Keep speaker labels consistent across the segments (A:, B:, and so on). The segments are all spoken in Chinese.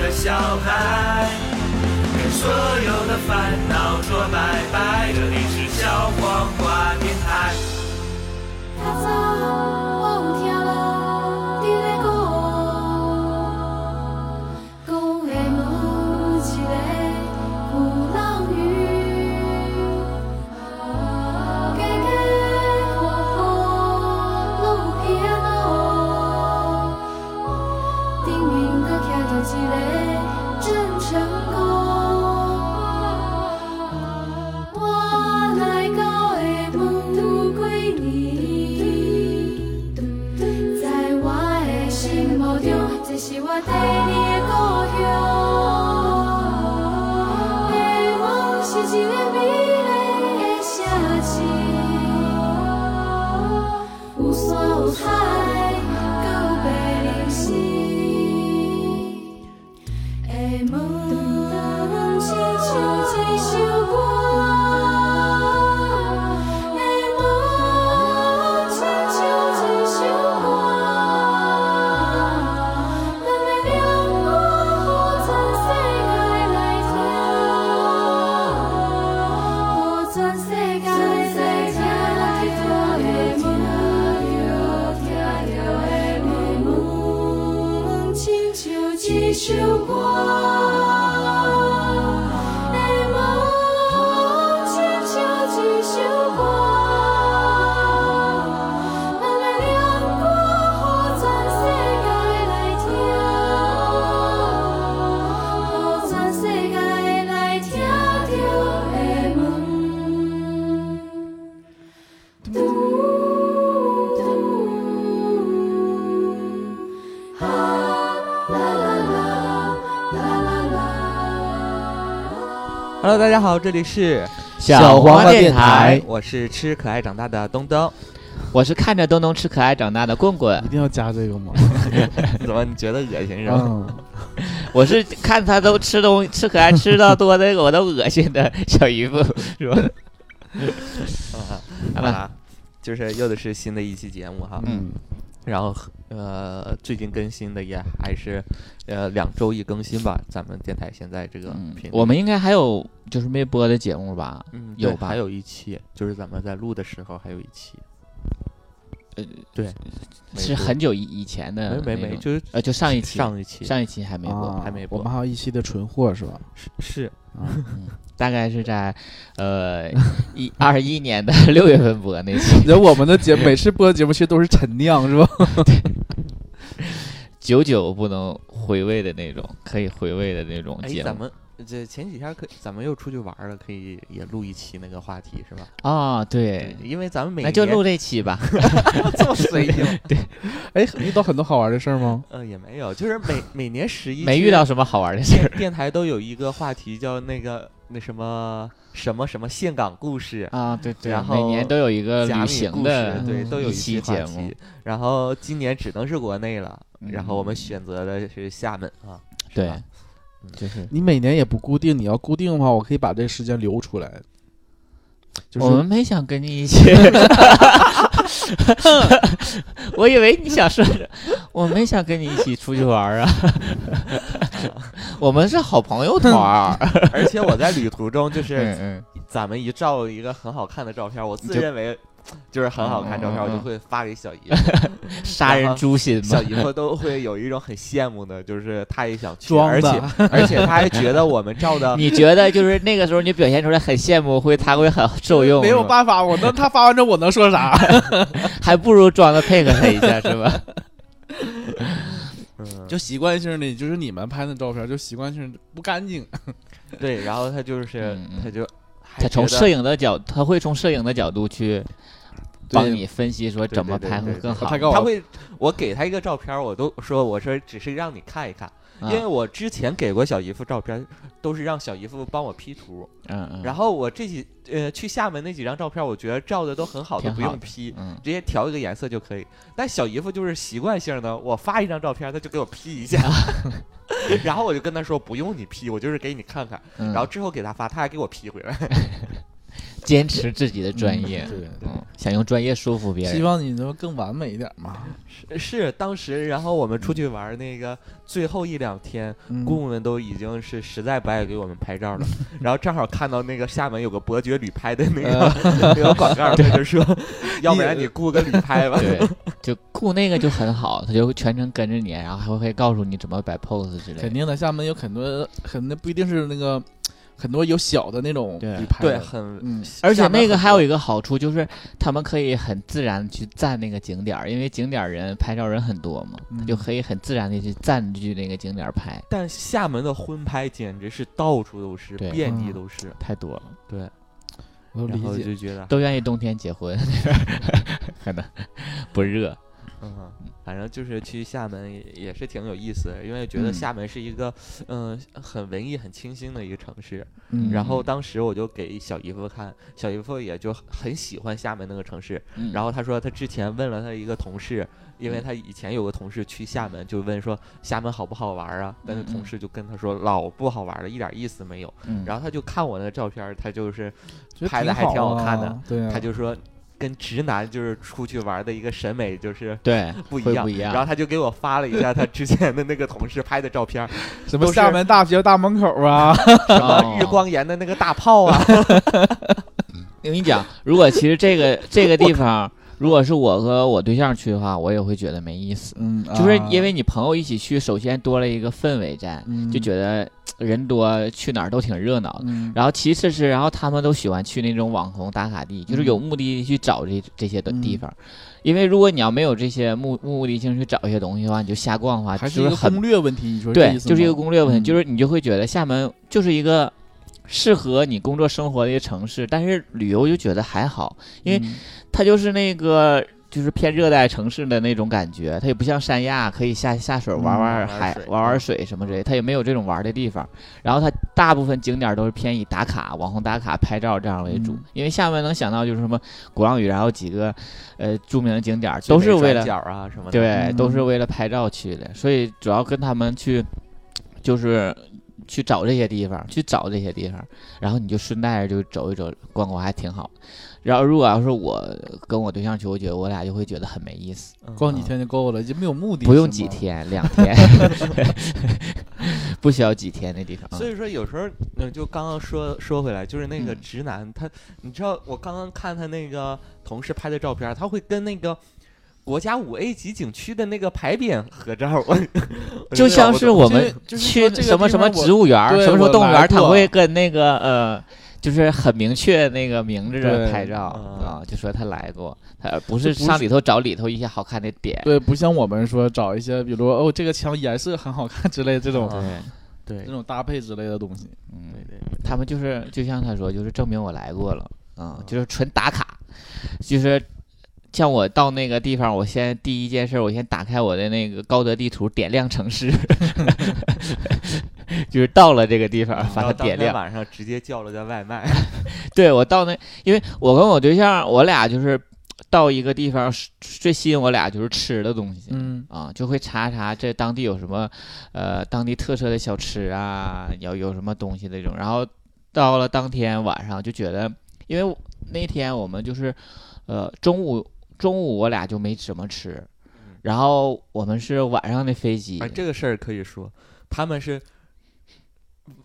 A: 牌，跟所有的烦恼说拜拜。这里是小黄瓜电台。
B: 较早我有听人伫咧讲，讲的每一个有人语，家家户户拢有彼路，顶面搁徛着一个郑成功。我来到的门拄几年，在我的心目中，这是我第二个故乡。希望是一个美丽的城市，有山有海，搁有白灵寺。的门亲像一首歌，的门亲像一首歌，咱要念歌予全世界来听，予全世界来听，咱听着听着听着的门，亲像一首歌。的梦亲像一首歌，咱要念歌予全世界来听，予全世界来听着的梦。嘟嘟。啦啦啦啦啦啦。
C: Hello，大家好，这里是
D: 小黄瓜电
C: 哎
D: 台，
C: 我是吃可爱长大的东 东。
D: 我是看着东东吃可爱长大的棍棍
E: 一，定要加这个吗？
C: 怎么你觉得恶心是吧？
E: 嗯，
D: 我是看他都吃东吃可爱吃到多的我都恶心的小姨夫，是吧？
C: 嗯好 吧，就是又的是新的一期节目哈，
E: 嗯，
C: 然后呃，最近更新的也还是呃两周一更新吧。咱们电台现在这个
D: 嗯
C: 频率，
D: 我们应该还有就是没播的节目吧？
C: 嗯
D: 有
C: 对
D: 吧
C: 还有一期，就是咱们在录的时候还有一期，
D: 呃，
C: 对，没
D: 是
C: 播
D: 很久以以前的
C: 没没
D: 那
C: 没，
D: 种
C: 就是
D: 呃，就上一期
C: 上一期
D: 上一期还没播，
E: 啊
C: 还没播
E: 我们还有一期的存货是吧？
C: 是是
D: 嗯大概是在呃一 二一年的六月份播 那期，
E: 然后我们的节 每次播的节目其实都是陈酿是吧？
D: 久久不能回味的那种，可以回味的那种
C: 哎，
D: 节
C: 咱
D: 目
C: 们这前几天可咱们又出去玩儿了，可以也录一期那个话题是吧？
D: 啊、对，
C: 因为咱们每
D: 那就
C: 年
D: 录这期 吧。
C: 这么随意吗，
E: 哎，遇到很多好玩的事儿吗？
C: 呃，也没有，就是每每年十一
D: 没
C: 其
D: 遇
C: 实
D: 到什么好玩的事
C: 电
D: 儿。
C: 电台都有一个话题叫那个那什么什么什么岘港故事。
D: 啊，对对，
C: 然
D: 每年
C: 后
D: 都有一个
C: 假
D: 呃
C: 米
D: 旅行
C: 故
D: 的
C: 事，对，都有
D: 一
C: 期
D: 期
C: 话
D: 节目
C: 题。然后今年只能是国内了，然后我们
D: 嗯
C: 选择的是厦门啊，是
D: 对
C: 吧，
D: 就是
E: 你每年也不固定，你要固定的话，我可以把这个时间留出来。就
D: 我们
E: 是
D: 没想跟你一起， 我以为你想说，我没想跟你一起出去玩儿啊，我们是好朋友团儿，
C: 而且我在旅途中，就是
D: 嗯
C: 咱们一照一个很好看的照片，我自
D: 就
C: 认为就是很好看照片，我就
D: 嗯嗯嗯
C: 会发给小 姨
D: 嗯，杀人诛心嘛
C: 小，姨夫都会有一种很羡慕的，就是他也想去，
E: 装
C: 而且
E: 的
C: 而且他还觉得我们照的
D: 你觉得就是那个时候你表现出来很羡慕，会他会很受用，
E: 没有
D: 是吧
E: 办法，我那他发完之后我能说 啥？
D: 还不如装的配合他一下是吧？
C: 嗯
E: 就习惯性的，就是你们拍的照片，就习惯性地不干净。
C: 对，然后他就是
D: 嗯嗯
C: 他就还
D: 他从
C: 觉得
D: 摄影的角，他会从摄影的角度去帮你分析说
C: 对
D: 怎
C: 对
D: 么
C: 对
D: 拍会
C: 对对
D: 更好。啊
E: 他告
C: 他
E: 我，
C: 会，我给他一个照片儿，我都说我说只是让你看一看，因
D: 啊
C: 为我之前给过小姨夫照片儿，都是让小姨夫帮我 P 图，
D: 嗯嗯，
C: 然后我这几呃去厦门那几张照片儿，我觉得照的都很好，都
D: 挺
C: 不
D: 好
C: 用
D: 的
C: P，
D: 嗯，
C: 直接调一个颜色就可以。但小姨夫就是习惯性的，我发一张照片儿，他就给我 P 一下，
D: 啊
C: 然后我就跟他说不用你 P，我就是给你看看，
D: 嗯
C: 然后之后给他发，他还给我 P 回来。
D: 坚持自己的专业，
E: 对，
D: 嗯，想用专业说服别
E: 希
D: 人。
E: 望你能更完美一点嘛。
C: 是当时，然后我们出去玩儿那个最后一两天，
E: 嗯
C: 顾问们都已经是实在不爱给我们拍照 了，然后正好看到那个厦门有个伯爵旅拍的那个
D: 嗯
C: 那个广告，他就 说，要不然你雇个旅拍吧。
D: 对，就雇那个就很好，他就全程跟着你，然后还会告诉你怎么摆 pose 之类的。
E: 肯定的，厦门有很多，很多不一定是那个，很多有小的那种
D: 对
E: 旅拍
C: 对，
E: 的，
C: 很，
E: 嗯，
D: 而且
C: 厦门
D: 那个
C: 很
D: 还有
C: 多
D: 一个好处就是，他们可以很自然地去赞那个景点儿，因为景点儿人拍照人很多嘛，他就
E: 嗯
D: 可以很自然的去占据那个景点儿拍，
C: 但厦门的婚拍简直是到处都是，
D: 对
C: 遍地
E: 嗯
C: 都是，
D: 太多了，
C: 对，
E: 我都
C: 然后
E: 理解。
C: 就觉得，
D: 都愿意冬天结婚， 可能不热。
C: 嗯，反正就是去厦门也也是挺有意思的，因为觉得
D: 嗯
C: 厦门是一个，嗯、很文艺、很清新的一个城市。
E: 嗯
C: 然后当时我就给小姨夫看，小姨夫也就很喜欢厦门那个城市。
D: 嗯
C: 然后他说他之前问了他一个同事，因为他以前有个同事去厦门，就问说厦门好不好玩啊？但是
D: 嗯
C: 同
D: 嗯
C: 事就跟他说老不好玩了，一点意思没有。
D: 嗯
C: 然后他就看我那个照片儿，他就是
E: 觉得
C: 拍得还挺好看的
E: 啊，
D: 嗯
E: 对啊，
C: 他就说。跟直男就是出去玩的一个审美就是
D: 对
C: 不一
D: 会
C: 样，
D: 不一样
C: 然后他就给我发了一下他之前的那个同事拍的照片儿，
E: 什么
C: 都是
E: 厦门大学大门口啊，
C: 什么
D: 哦
C: 日光岩的那个大炮啊，
D: 我跟你讲，如果其实这 个这个地方，如果是我和我对象去的话，我也会觉得没意思，
E: 嗯，
D: 就是
E: 啊
D: 因为你朋友一起去，首先多了一个氛围在，
E: 嗯
D: 就觉得人多去哪儿都挺热闹的。
E: 嗯
D: 然后其次是，然后他们都喜欢去那种网红打卡地，就是有目的地去找这这些的
E: 嗯
D: 地方，因为如果你要没有这些目目的性去找一些东西的话，你就瞎逛的话，
E: 还
D: 啊就是
E: 一个
D: 很
E: 攻略问题，你说
D: 对，
E: 意思
D: 就是一
E: 吗
D: 个攻略问题，
E: 嗯
D: 就是你就会觉得厦门就是一个适合你工作生活的一个城市，但是旅游就觉得还好，因为
E: 嗯
D: 它就是那个。就是偏热带城市的那种感觉，它也不像山亚可以下下水玩玩
E: 嗯
C: 玩玩
D: 海、
C: 水
D: 玩玩水什么之类，它也没有这种玩的地方。然后它大部分景点都是偏以打卡、网红打卡、拍照这样为主。
E: 嗯
D: 因为厦门能想到就是什么鼓浪屿，然后几个呃著名的景点
C: 最
D: 都是
C: 美
D: 为
C: 转
D: 了
C: 角啊什么的，
D: 对，都是
E: 嗯
D: 为了拍照去的，所以主要跟他们去，就是去找这些地方，去找这些地方，然后你就顺带着就走一走，逛逛还挺好。然后如果要是我跟我对象去，我觉得我俩就会觉得很没意思，
C: 嗯
E: 逛几天就够了，就没有目的，
D: 不用
E: 是
D: 几
E: 吗，
D: 天，两天， 不需要几天那地方。
C: 所以说，有时候，嗯，就刚刚说说回来，就是那个
D: 嗯
C: 直男，他，你知道，我刚刚看他那个同事拍的照片儿，他会跟那个国家五 A 级景区的那个牌匾合照 儿，我我真的
D: 就像
C: 搞不
D: 是
C: 懂
D: 我们
E: 就是
D: 去
E: 说这个
D: 什么
E: 地
D: 什么
E: 方我
D: 植物园儿，
E: 对
D: 什么什么
E: 我
D: 动物园儿，
E: 来
D: 他
E: 过
D: 会跟那个呃，就是很明确那个名字的
E: 对
D: 拍照
C: 啊
D: 啊，就说他来过，他不是
E: 不
D: 上
E: 是
D: 里头找里头一些好看的点。
E: 对，不像我们说找一些，比如哦，这个墙颜色很好看之 类的这种
C: 啊对
E: 这种搭配之类的东西。
D: 嗯，
C: 对对，
D: 他们就是就像他说，就是证明我来过了啊，就是纯打卡，就是。像我到那个地方，我先第一件事，我先打开我的那个高德地图，点亮城 市，就是到了这个地
C: 嗯
D: 方，把
E: 啊
C: 然
D: 它
C: 后当
D: 点
C: 天
D: 亮。
C: 晚上直接叫了个外卖，
D: 对我到那，因为我跟我对象，我俩就是到一个地方，最吸引我俩就是吃的东西。
E: 嗯，
D: 啊，就会查查这当地有什么，呃，当地特色的小吃啊，有有什么东西那种。然后到了当天晚上就觉得，因为我那天我们就是，呃，中午中午我俩就没怎么吃，然后我们是晚上的飞机，
C: 嗯啊，这个事儿可以说，他们是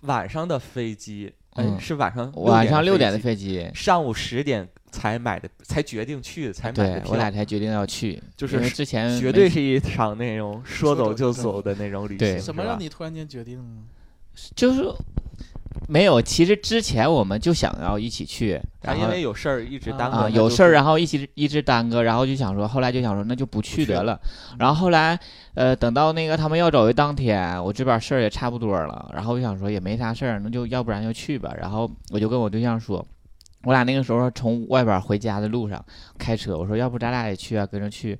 C: 晚上的飞机，哎，
D: 嗯
C: 是晚上
D: 晚上六
C: 六点
D: 点的
C: 的飞
D: 飞机
C: 机，，上午十点才买的，才决定去的，才买的
D: 对
C: 票，
D: 我俩才决定要去，
C: 就是
D: 因为之前
C: 绝
D: 没
C: 对是一场那种说走
E: 走
C: 就
E: 就
C: 走的那种旅
D: 对
C: 行，
E: 什么
C: 是吧
E: 让你突然间决定了？
D: 就是没有，其实之前我们就想要一起去，
C: 然
D: 然
C: 后
D: 后
C: 因为有事儿一直耽搁、
D: 啊
E: 他
D: 有事儿，然
C: 后
D: 后一起一直耽搁，然后就想说，后来就想说那就不去得了。
C: 嗯
D: 然后后来呃等到那个他们要走的当天，我这边事儿也差不多了，然后我想说也没啥事儿，那就要不然就去吧。然后我就跟我对象说。我俩那个时候从外边回家的路上开车，我说要不咱俩也去啊，跟着去，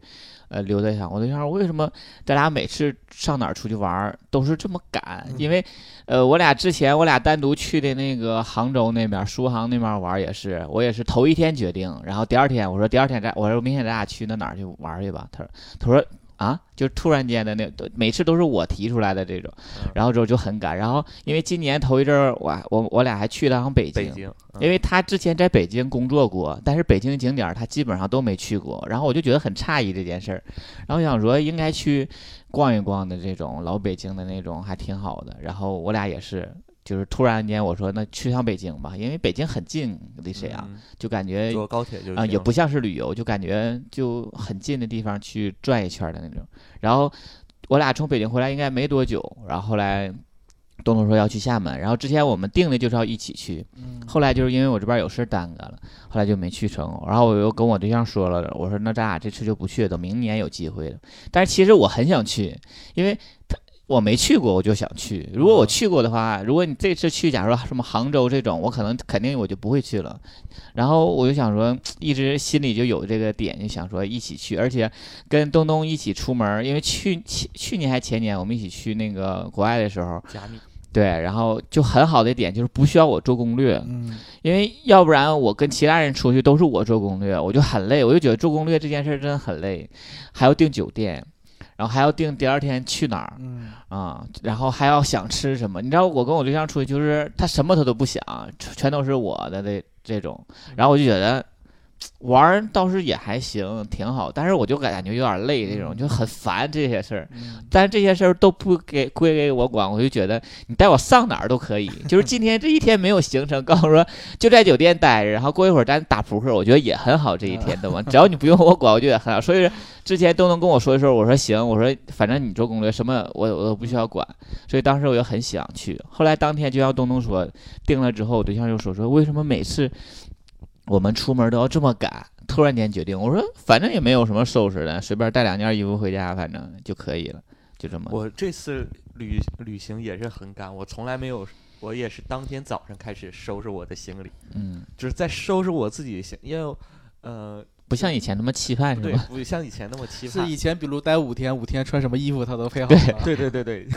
D: 呃，溜达一下。我对象说为什么咱俩每次上哪儿出去玩儿都是这么赶？
C: 嗯
D: 因为呃，我俩之前我俩单独去的那个杭州那边儿、苏杭那边儿玩儿也是，我也是头一天决定，然后第二天我说第二天咱我说明天咱俩去那哪儿去玩儿去吧，他说他说啊，就突然间的那，都每次都是我提出来的这种
C: 嗯，
D: 然后之后就很赶。然后因为今年头一阵儿，我我我俩还去了趟北京，
C: 北京，嗯
D: 因为他之前在北京工作过，但是北京景点儿他基本上都没去过，然后我就觉得很诧异这件事儿，然后想说应该去逛一逛的这种老北京的那种还挺好的，然后我俩也是，就是突然间我说那去趟北京吧，因为北京很近离沈阳，
C: 嗯
D: 就感觉
C: 坐高铁就行
D: 啊啊、也不像是旅游，就感觉就很近的地方去转一圈儿的那种。然后我俩从北京回来应该没多久，然后后来东东说要去厦门，然后之前我们定的就是要一起去，后来就是因为我这边有事儿耽搁了，后来就没去成。然后我又跟我对象说了，我说那咱俩这次就不去了，等明年有机会了。但是其实我很想去，因为他。我没去过，我就想去。如果我去过的话，如果你这次去，假如说什么杭州这种，我可能肯定我就不会去了。然后我就想说，一直心里就有这个点，就想说一起去，而且跟东东一起出门儿，因为去去去年还前年我们一起去那个国外的时候，
C: 加密，
D: 对，然后就很好的一点就是不需要我做攻略，
E: 嗯，
D: 因为要不然我跟其他人出去都是我做攻略，我就很累，我就觉得做攻略这件事儿真的很累，还要订酒店，然后还要订第二天去哪儿，
E: 嗯
D: 啊、然后还要想吃什么。你知道我跟我对象出去，就是他什么他都不想，全全都是我的这这种。然后我就觉得玩儿倒是也还行，挺好，但是我就感觉有点累，这种就很烦这些事儿。但是这些事儿都不给归给我管，我就觉得你带我上哪儿都可以。就是今天这一天没有行程，告诉我说就在酒店待着，然后过一会儿咱打扑克，我觉得也很好。这一天 懂吗？只要你不用我管，我觉得也很好。所以之前都能跟我说一说，我说行，我说反正你做攻略什么我我都不需要管。所以当时我就很想去。后来当天就像东东说，定了之后，我对象就说说为什么每次我们出门都要这么赶？突然间决定，我说反正也没有什么收拾的，随便带两件衣服回家，反正就可以了，就这么。
C: 我这次旅旅行也是很赶，我从来没有，我也是当天早上开始收拾我的行李，
D: 嗯，
C: 就是在收拾我自己的行，因为呃，
D: 不像以前那么期盼是
C: 对
D: 吧？，
C: 不像以前那么期
E: 是
C: 盼啊
E: 以。前比如待五天，五天穿什么衣服他都配好了，
C: 对对对 对，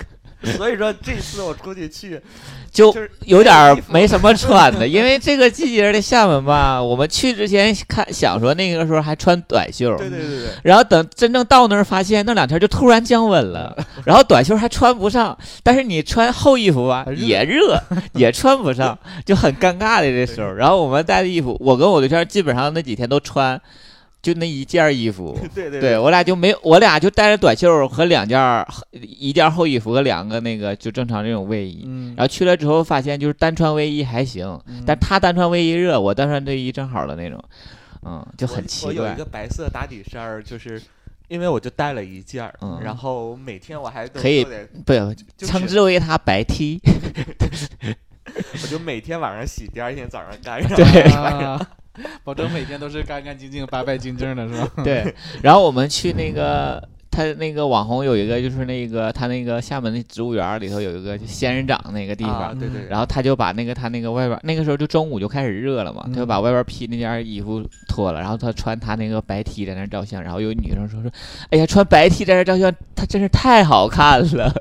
C: 所以说这次我出去去，
D: 就
C: 就是
D: 有点儿没什么穿的，因为这个季节的厦门吧，我们去之前看想说那个时候还穿短 袖，
C: 对对对对，
D: 然后等真正到那儿，发现那两天就突然降温了，然后短袖还穿不上，但是你穿厚衣服吧
E: 还热
D: 也热，也穿不上，就很尴尬的这时候。然后我们带的衣服，我跟我对象基本上那几天都穿，就那一件衣服。
C: 对对
D: 对我俩就没有，我俩就带着短袖和两件儿一件厚衣服和两个那个就正常这种卫衣。
E: 嗯
D: 然，后去了之后发现就是单穿卫衣还行，
C: 嗯
D: 但他单穿卫衣热，我单穿卫衣正好的那种，嗯，就很奇
C: 我。我有
D: 怪
C: 一个。白色打底衫儿，就是因为我就带了一件儿，
D: 嗯
C: 然后每天我还都
D: 可以
C: 都得
D: 不，
C: 就
D: 称
C: 是
D: 之为他 白 T，
C: 我就每天晚上洗，第二天早上干上。
D: 对
E: 啊，保证每天都是干干净净、白白净净的，是吧？
D: 对。然后我们去那个他那个网红有一个就是那个他那个厦门的植物园儿里头有一个就仙人掌那个地方，
C: 啊，对对对，
D: 然后他就把那个他那个外边那个时候就中午就开始热了嘛，他就
C: 嗯
D: 把外边披那件衣服脱了，然后他穿他那个白 T 在那儿照相，然后有女生说说，哎呀，穿白 T 在那儿照相，他真是太好看了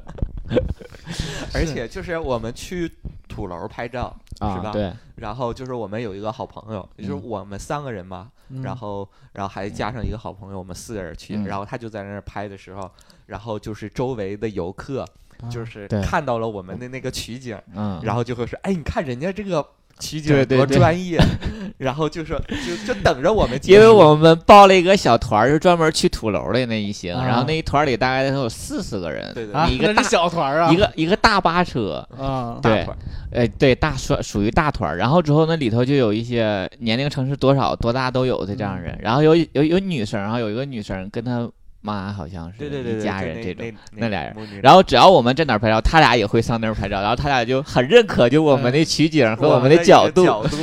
C: 而且就是我们去土楼拍照，是
D: 啊
C: 吧！
D: 对，
C: 然后就是我们有一个好朋友，就是
D: 嗯
C: 我们三个人嘛，然后然后还加上一个好朋友，我们四个人去，
D: 嗯
C: 然后他就在那儿拍的时候，然后就是周围的游客就是
D: 啊对
C: 看到了我们的那个取景，
D: 嗯，
C: 然后就会说，哎，你看人家这个。取景
D: 对对
C: 多
D: 对
C: 专业， 然后就说就就等着我们结束，
D: 因为我们报了一个小团儿，是专门去土楼的那一行，
E: 啊
D: 然后那一团儿里大概能有四十个人，
C: 对对
E: 啊，
D: 一个
E: 那
D: 大
E: 是小团儿啊，
D: 一个一个大巴车，
E: 啊，
C: 大
D: 对
C: 伙儿
D: 呃，对，大属属于大团儿。然后之后那里头就有一些年龄层是多少多大都有的这样
C: 嗯
D: 人，然后有有有女生，然后有一个女生跟她妈好像是
C: 对对对，
D: 一
C: 对
D: 家
C: 就
D: 人这
C: 那
D: 种。
C: 那
D: 那俩人
C: 人
D: 然后只要我们在哪儿拍照，他俩也会上那儿拍照，然后他俩就很认可，就我们
C: 嗯
D: 的取景和我们的角度，
C: 角度，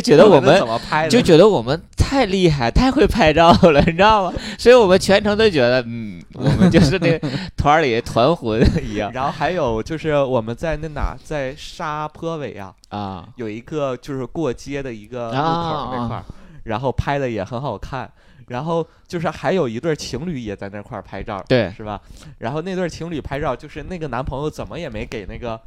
D: 觉得我
C: 们
D: 们
C: 怎么拍的，
D: 就觉得我们太厉害，太会拍照了， 你知道吗？所以我们全程都觉得，嗯，我们就是那团儿里团魂一样
C: 然后还有就是我们在那哪，在沙坡尾 啊，
D: 啊。
C: 有一个就是过街的一个路口
D: 啊
C: 那块儿，然后拍的也很好看。然后就是还有一对情侣也在那块儿拍照，
D: 对，
C: 是吧？然后那对情侣拍照，就是那个男朋友怎么也没给那个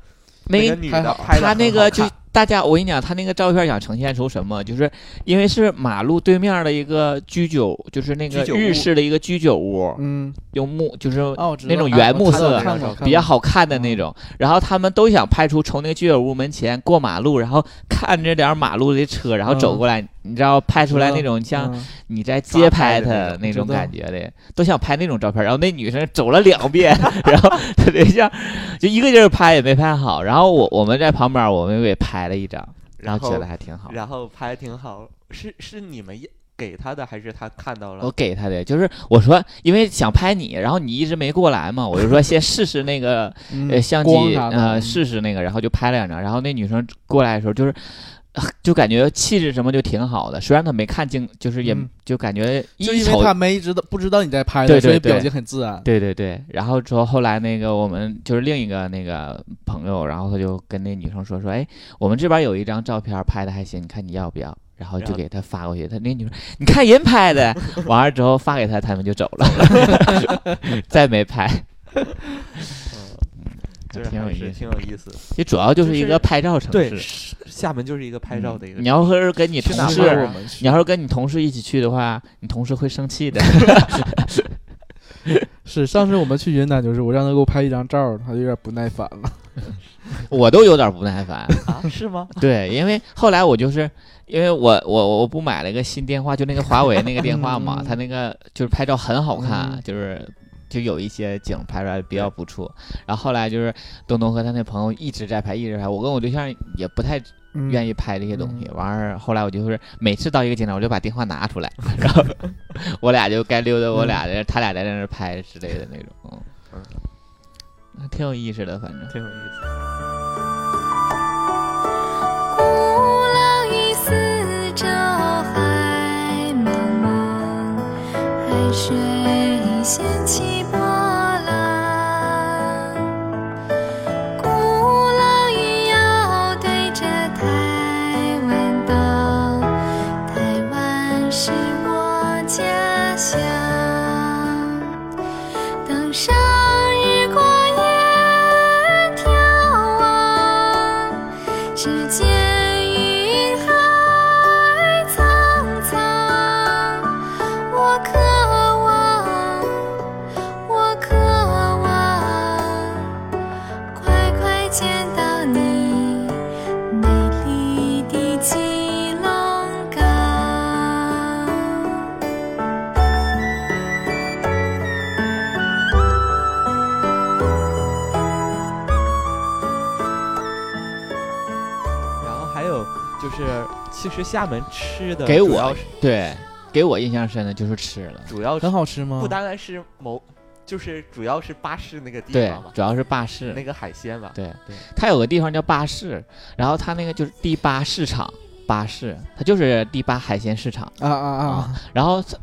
D: 那
C: 那个
D: 一
C: 女
E: 拍
C: 的
E: 好
C: 拍的
D: 他那个就大家，我跟你讲，他那个照片想呈现出什么？就是因为是马路对面的一个居酒，就是那个
C: 居酒屋
D: 日式的一个居酒屋，
E: 嗯，
D: 用木就是
F: 哦，我知
D: 那
F: 道
D: 种
F: 啊
D: 原
F: 我
D: 木
F: 看过
D: 色
F: 看过看过
D: 比较好看的那种。然后他们都想拍出从那个居酒屋门前过马路，然后看着点儿马路的车，然后走过来，你知道拍出来那种像
E: 嗯
D: 你在街拍
C: 抓拍
D: 他
C: 的
D: 那种
E: 知道
D: 感觉的，都想拍那种照片。然后那女生走了两遍，然后她对象就一个劲儿拍也没拍好。然后我我们在旁边，我们也拍了一张，然
C: 然
D: 后觉
C: 后
D: 得还挺好。
C: 然后拍的挺好，是是你们一给他的还是他看到
D: 我
C: 了？
D: 给他的就是我说，因为想拍你，然后你一直没过来嘛，我就说先试试那个呃，
E: 嗯
D: 相
E: 光
D: 机
E: 啥的
D: 呃试试那个，然后就拍了两张。然后那女生过来的时候，就是、呃就感觉气质什么就挺好的，虽然她没看镜，就是也、
E: 嗯
D: 就感觉
E: 就
D: 一
E: 因为
D: 瞅，
E: 他没知道不知道你在拍
D: 对
E: 的，
D: 对
E: 所以表
D: 对
E: 情很自然。
D: 对对对。然后之后后来那个我们就是另一个那个朋友，然后他就跟那女生说说，哎，我们这边有一张照片拍的还行，你看你要不要？然后
C: 然
D: 就
C: 后
D: 给他发过去，他那女生你看人 拍的，完了之后发给他，他们就走了， 再没拍，
C: 嗯，就是
D: 挺有
C: 还
D: 意
C: 是
D: 思。
C: 挺有意思的。
D: 就主要就是一
C: 就
D: 个
C: 是
D: 拍照城市，嗯
C: 对，是厦门就是一个拍照的一个
D: 你要是跟你
C: 去
D: 同
C: 哪
D: 事
C: 玩儿啊
E: 我们
D: 你要是跟你同事一起去的话，你同事会生气的。
E: 是上次我们去云南，就是我让他给我拍一张照儿，他就有点不耐烦了。
D: 我都有点不耐烦，
C: 啊？是吗？
D: 对，因为后来我就是因为我我我不买了一个新电话，就那个华为那个电话嘛，
E: 嗯
D: 它那个就是拍照很好看，
E: 嗯
D: 就是。就有一些景拍出来比较不错，然后后来就是东东和他那朋友一直在拍，一直在拍。我跟我对象也不太愿
F: 嗯
E: 意，
D: 意拍这些东西。
E: 嗯
D: 完事儿，后来我就是每次到一个景点，我就把电话拿出 来，然后我俩就该溜达，我俩在那儿，他俩在那儿拍之类的那种，嗯
C: 嗯，
E: 嗯
D: 那挺有意思的，反正。
C: 挺有意思。
B: 鼓浪屿四周海茫茫，海水掀起波浪。鼓浪屿要对着台湾岛，台湾是我家乡。登上日光夜眺望。只见云海苍苍，我渴望，我渴望，快快见到你美丽的基隆港。
C: 然后还有就是，其实厦门吃的
D: 给
C: 主
D: 我
C: 要是
D: 对，给我印象深的就是吃了，
C: 主要是
E: 很好吃吗？
C: 不单单是某，就是主要是巴士那个地
D: 对
C: 方，吧，
D: 主要是巴士，
C: 那个海鲜吧。
D: 对
C: 对，
D: 它有个地方叫巴士，然后它那个就是第八市场，巴士，它就是第八海鲜市场，
E: 啊啊啊！
D: 然后它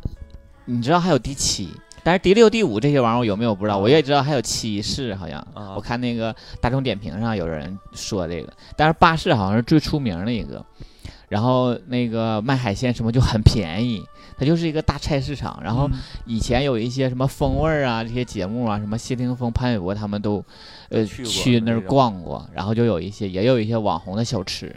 D: 你知道还有第七，但是第六、第五这些玩意儿我有没有不知道，我也知道还有七市好像。
C: 啊，
D: 我看那个大众点评上有人说这个，但是巴士好像是最出名的一个，然后那个卖海鲜什么就很便宜，它就是一个大菜市场。然后
E: 嗯
D: 以前有一些什么风味儿啊这些节目啊，什么谢霆锋、潘玮柏他们都，呃，
C: 去过
D: 去那
C: 那
D: 儿
C: 种
D: 逛过，然后就有一些也有一些网红的小吃，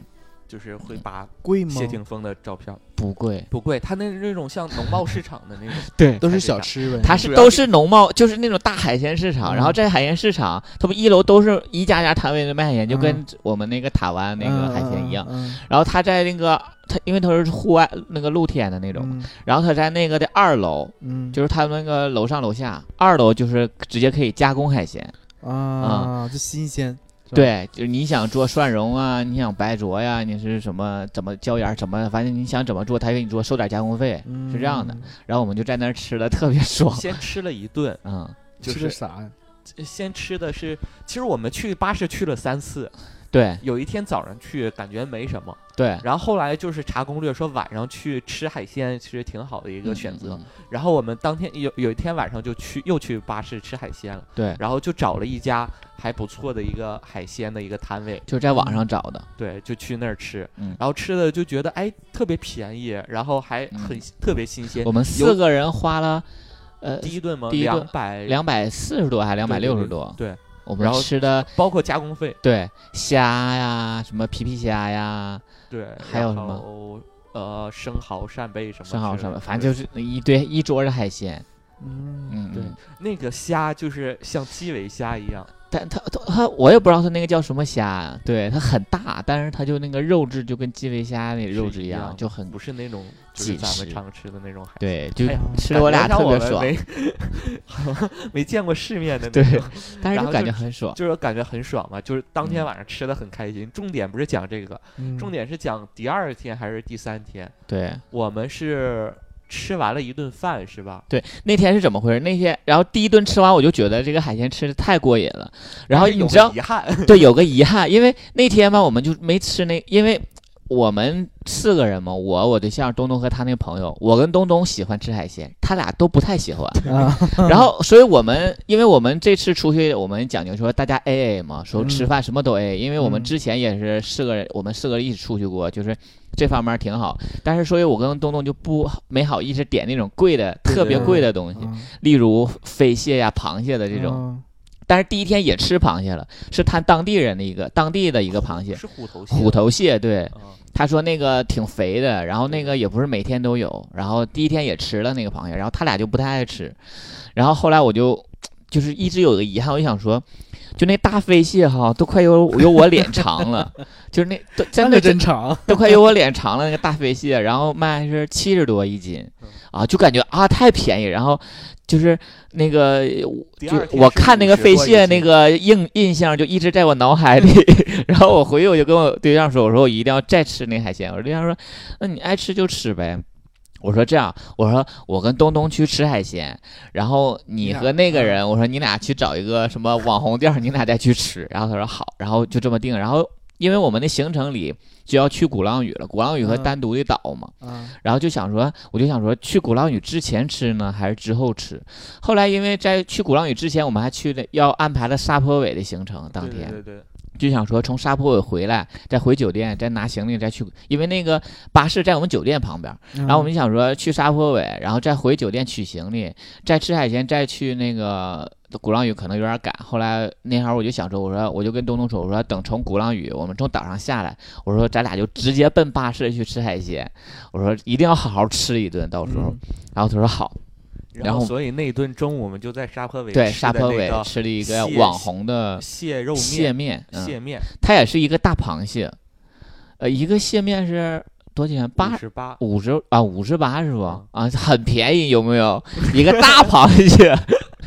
C: 就是会把
E: 贵吗？
C: 谢霆锋的照片，
D: 不
E: 嗯
D: 贵，
C: 不贵，他那是那种像农贸市场的那种
D: 对。
E: 都是小吃呗。
D: 它
C: 主
D: 是
C: 要
D: 都
C: 是
D: 是农贸，就是那种大海鲜市场，
E: 嗯
D: 然后在海鲜市场，它不一楼都是一家家摊位的卖海鲜，就跟
E: 嗯
D: 我们那个塔湾那个海鲜一样。
E: 嗯，嗯
D: 然后他在那个他，因为他是户外那个露天的那种，
E: 嗯
D: 然后他在那个的二楼，
E: 嗯，
D: 就是他们那个楼上楼下，二楼就是直接可以加工海鲜，
E: 啊，就新鲜。是吧
D: 对，就是你想做蒜蓉啊，你想白灼呀、你是什么怎么椒盐儿怎么，反正你想怎么做，他给你做，收点加工费，
E: 嗯
D: 是这样的。然后我们就在那儿吃的特别爽，
C: 先吃了一顿，
D: 嗯，
C: 就
E: 吃的
C: 是
E: 啥呀？
C: 先吃的是，其实我们去巴士去了三次，
D: 对
C: 有一天早上去感觉没什么，
D: 对，
C: 然后后来就是查攻略说晚上去吃海鲜其实挺好的一
D: 一
C: 个选择，然后我们当天有有一天晚上就去又去巴士吃海鲜了，
D: 对，
C: 然后就找了一家还不错的一个海鲜的一个摊位，
D: 就在网上找的，
C: 对，就去那儿吃，
D: 嗯
C: 然后吃的就觉得哎特别便宜，然后还很、
D: 嗯
C: 特别新鲜
D: 我。们四个人花了，呃，
C: 第一顿吗？
D: 第一顿
C: 两百
D: 两百四十多还是两百
C: 对对
D: 六十
C: 对
D: 多，
C: 对，
D: 我
C: 然
D: 们
C: 后
D: 吃的
C: 包括加工费，
D: 对虾呀，什么皮皮虾呀，
C: 对，
D: 还有什么
C: 么呃生蚝、扇贝什么之类的，
D: 生蚝什么，反
C: 对
D: 正就是一堆一桌子海鲜。
E: 嗯，
D: 嗯，
C: 对
D: 嗯
C: 那个虾就是像基围虾一样，
D: 但它它它，我也不知道它那个叫什么虾，啊对，它很大，但是它就那个肉质就跟基围虾那肉质
C: 一
D: 一样，
C: 样
D: 就很
C: 不是那种就是
D: 紧
C: 咱们
D: 实
C: 常吃的那种海。
D: 对，就
C: 哎呀
D: 吃的我俩特别爽，
C: 感觉让我们没没见过世面的那
D: 对
C: 种，，
D: 但是
C: 然
D: 就
C: 后
D: 感
C: 就
D: 觉很爽。
C: 就是感觉很爽嘛。就是当
D: 嗯
C: 天晚上吃的很开心，重点不是讲这个，
E: 嗯
C: 重点是讲第二天还是第三天，
D: 对，
C: 我们是吃完了一顿饭是吧？
D: 对，那天是怎么回事？那天，然后第一顿吃完，我就觉得这个海鲜吃的太过瘾了。然后
C: 但是
D: 你
C: 有
D: 知道
C: 个，遗憾，
D: 对，有个遗憾，因为那天吧，我们就没吃那，因为我们四个人嘛，我、我对象、东东和他那个朋友，我跟东东喜欢吃海鲜，他俩都不太喜欢。
E: 啊，
D: 然后，所以我们，因为我们这次出去，我们讲究说大家 A A 嘛，说吃饭什么都 A，、因为我们
E: 嗯
D: 之前也是四个人，我们四个人一起出去过，就是这方面挺好。但是，所以我跟东东就不没好意思点那种贵的、
C: 对
D: 特别
E: 对
D: 贵的东西，
E: 嗯
D: 例如飞蟹呀、螃蟹的这种。
E: 种
D: 但是第一天也吃螃蟹了，是他当地人的一个当地的一个螃蟹，
C: 是虎头蟹，
D: 虎头蟹，对。
C: 啊，
D: 他说那个挺肥的，然后那个也不是每天都有，然后第一天也吃了那个螃蟹，然后他俩就不太爱吃，然后后来我就就是一直有个遗憾，我就想说，就那大飞蟹哈，都快有有我脸长了， 就是那都真的
E: 个
D: 真
E: 真长，
D: 都快有我脸长了那个大飞蟹，然后卖是七十多一斤
C: 嗯，
D: 啊，就感觉啊太便宜，然后就是那个
C: 第
D: 就
C: 二天
D: 我
C: 是
D: 看那个
C: 50
D: 飞
C: 多一
D: 蟹
C: 斤
D: 那个印印象就一直在我脑海里，
C: 嗯
D: 然后我回去我就跟我对象说，我说我一定要再吃那海鲜，我对象说，那你爱吃就吃呗。我说这样，我说我跟东东去吃海鲜，然后
E: 你
D: 你
E: 俩
D: 和那
C: 嗯
D: 个人，我说你俩去找一个什么网红店儿，你俩再去吃。然后他说好，然后就这么定。然后因为我们的行程里就要去鼓浪屿了，鼓浪屿和
E: 嗯
D: 单独的岛嘛，
E: 啊，
D: 然后就想说，我就想说，去鼓浪屿之前吃呢，还是之后吃？后来因为在去鼓浪屿之前，我们还去了要安排了沙坡尾的行程，当天
C: 对对对对，
D: 就想说从沙坡尾回来，再回酒店，再拿行李再去，因为那个巴士在我们酒店旁边儿，
E: 然
D: 然后我们就想说去沙坡尾，然后再回酒店取行李，再吃海鲜，再去那个鼓浪屿，可能有点赶。后来那会儿我就想说，我说我就跟东东说，我说等从鼓浪屿我们从岛上下来，我说咱俩就直接奔巴士去吃海鲜，我说一定要好好吃一顿，到时
E: 嗯
D: 候。然后他说好，然
C: 后
D: 后
C: 所以那顿中午我们就在沙坡尾
D: 对，
C: 吃
D: 沙
C: 的
D: 坡
C: 那
D: 尾
C: 个
D: 吃了一个
C: 蟹
D: 网红的
C: 蟹肉
D: 蟹
C: 面，
D: 面，嗯
C: 蟹面
D: 它也是一个大螃蟹，呃，一个蟹面是多少钱？八
C: 十八，
D: 五十啊，五十八是不？
C: 嗯
D: 啊， 很便宜，有没有？一个大螃蟹，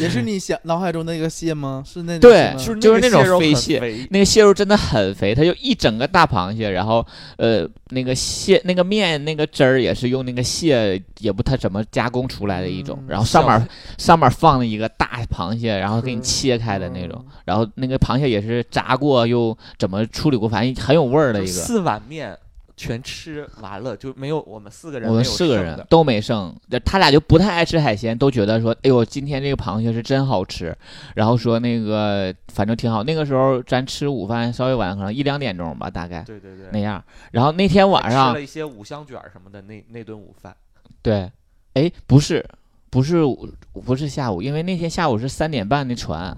E: 也是你想脑海中那个蟹吗？是那种
D: 对
E: 蟹吗
D: 嗯就是
C: 那
D: 那
C: 个
D: 种
C: 蟹肉
D: 飞
C: 很
D: 蟹
C: 肥
D: 那个蟹肉真的很肥，它就一整个大螃蟹，然后呃，那个蟹那个面那个汁儿也是用那个蟹，也不它怎么加工出来的一种，
E: 嗯
D: 然后上面上面放了一个大螃蟹，然后给你
E: 是哦
D: 切开的那种，然后那个螃蟹也是炸过又怎么处理过，反正很有味儿的
C: 就
D: 一个。
C: 四碗面全吃完了，就没有我们四个人，
D: 我们四个人，都没剩，就他俩就不太爱吃海鲜，都觉得说，哎呦，今天这个螃蟹是真好吃，然后说那个反正挺好。那个时候咱吃午饭稍微晚，可能一两点钟吧，大概
C: 对对对，
D: 那样。然后那天晚
C: 吃
D: 上
C: 了，一些五香卷儿什么的，那那顿午饭
D: 对，哎，不是，不是午，不是下午，因为那天下午是三点半的船，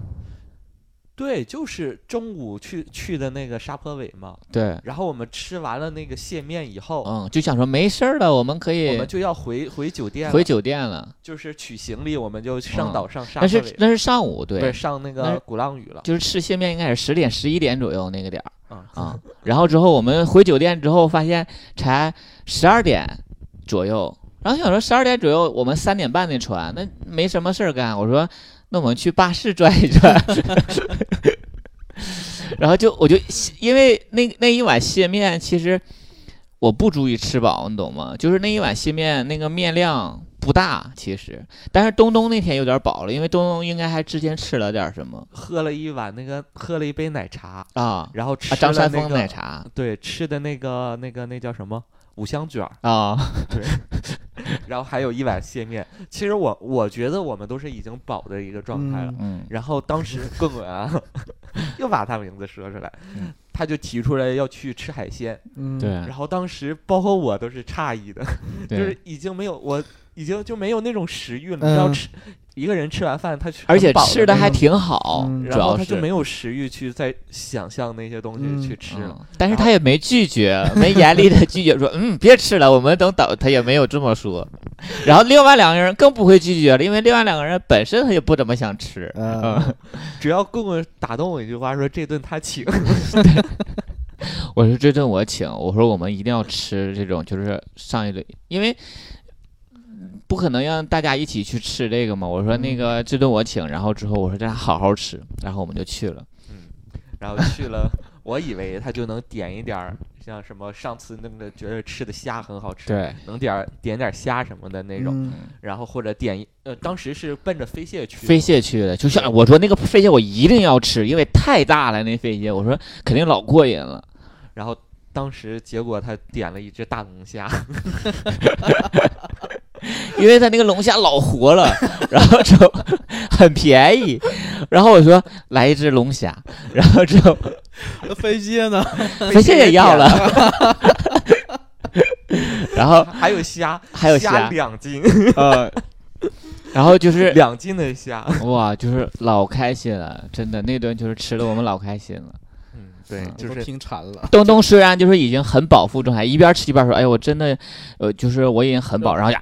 C: 对，就是中午去去的那个沙坡尾嘛，
D: 对，
C: 然后我们吃完了那个蟹面以后，
D: 嗯，就想说没事儿了，我们可
C: 哦我
D: 以
C: 们就要回回酒店了，
D: 回酒店了。
C: 就是取行李，我们就上
D: 嗯
C: 岛上沙
D: 那
C: 坡
D: 是
C: 尾，
D: 那是上午，
C: 不
D: 对
C: 是，上那
D: 那
C: 个
D: 是
C: 鼓浪屿了，
D: 就是吃蟹面应该是十点十一点左右那个点儿。
C: 嗯
D: 啊，然后之后我们回酒店之后，发现才十二点左右，然后想说十二点左右我们三点半那船，那没什么事儿干，我说那我们去巴士转一转， 然后就我就因为那那一碗蟹面其实我不足以吃饱，你懂吗？就是那一碗蟹面那个面量。不大，其实，但是东东那天有点饱了，因为东东应该还之前吃了点什么
C: 喝了一碗那个喝了一杯奶茶，
D: 啊
C: 然后吃
D: 啊，
C: 了
D: 张三
C: 那
D: 丰
C: 个
D: 奶茶
C: 对，吃的那个那个那叫什么五香卷儿，
D: 啊，
C: 然后还有一碗蟹面。其实我我觉得我们都是已经饱的一个状态了。
D: 嗯，
C: 然后当时 棍棍啊， 又把他名字说出来
D: 嗯，
C: 他就提出来要去吃海鲜。
E: 嗯，
D: 对，
C: 然后当时包括我都是诧异的，就
D: 对
C: 是已经没有我。已经就没有那种食欲了。
E: 嗯
C: 你要吃一个人吃完饭，他
D: 而且
C: 很饱
D: 吃的
C: 那
D: 还
C: 种
D: 挺好，
E: 嗯
D: 主
C: 然后
D: 要
C: 他就是没有食欲去再想象那些东
E: 嗯
C: 西去吃了。
D: 嗯但是
C: 然后
D: 他也没拒绝，没严厉 的拒绝说，嗯，别吃了，我们等等。他也没有这么说。然后另外两个人更不会拒绝了，因为另外两个人本身他也不怎么想吃。
E: 嗯，
C: 只要棍棍打动我一句话说这顿他请，
D: 我说这顿我请，我说我们一定要吃这种，就是上一轮，因为不可能让大家一起去吃这个嘛。我说那个这顿我请，然后之后我说大家好好吃，然后我们就去了。
C: 然后去了，我以为他就能点一点儿，像什么上次那个觉得吃的虾很好吃，
D: 对，
C: 能点儿点点儿虾什么的那种，
E: 嗯
C: 然后或者点一呃，当时是奔着飞蟹去的，
D: 飞蟹去的，就像我说那个飞蟹我一定要吃，因为太大了那飞蟹，我说肯定老过瘾了。
C: 然后当时结果他点了一只大龙虾，
D: 因为他那个龙虾老活了，然后就很便宜，然后我说来一只龙虾，然后之后
E: 那飞机呢？
D: 飞蟹也要了， 然后
C: 还有虾，
D: 还有
C: 虾
D: 虾，
C: 两斤，
D: 呃，然后就是
C: 两斤的虾。
D: 哇，就是老开心了，真的那顿就是吃的我们老开心了。
C: 嗯，对，
D: 嗯
C: 就
E: 我都
C: 是
E: 听馋 了。
D: 东东虽然就是已经很饱腹状态，一边吃一边说：“哎呦，我真的，呃，就是我已经很饱，然后就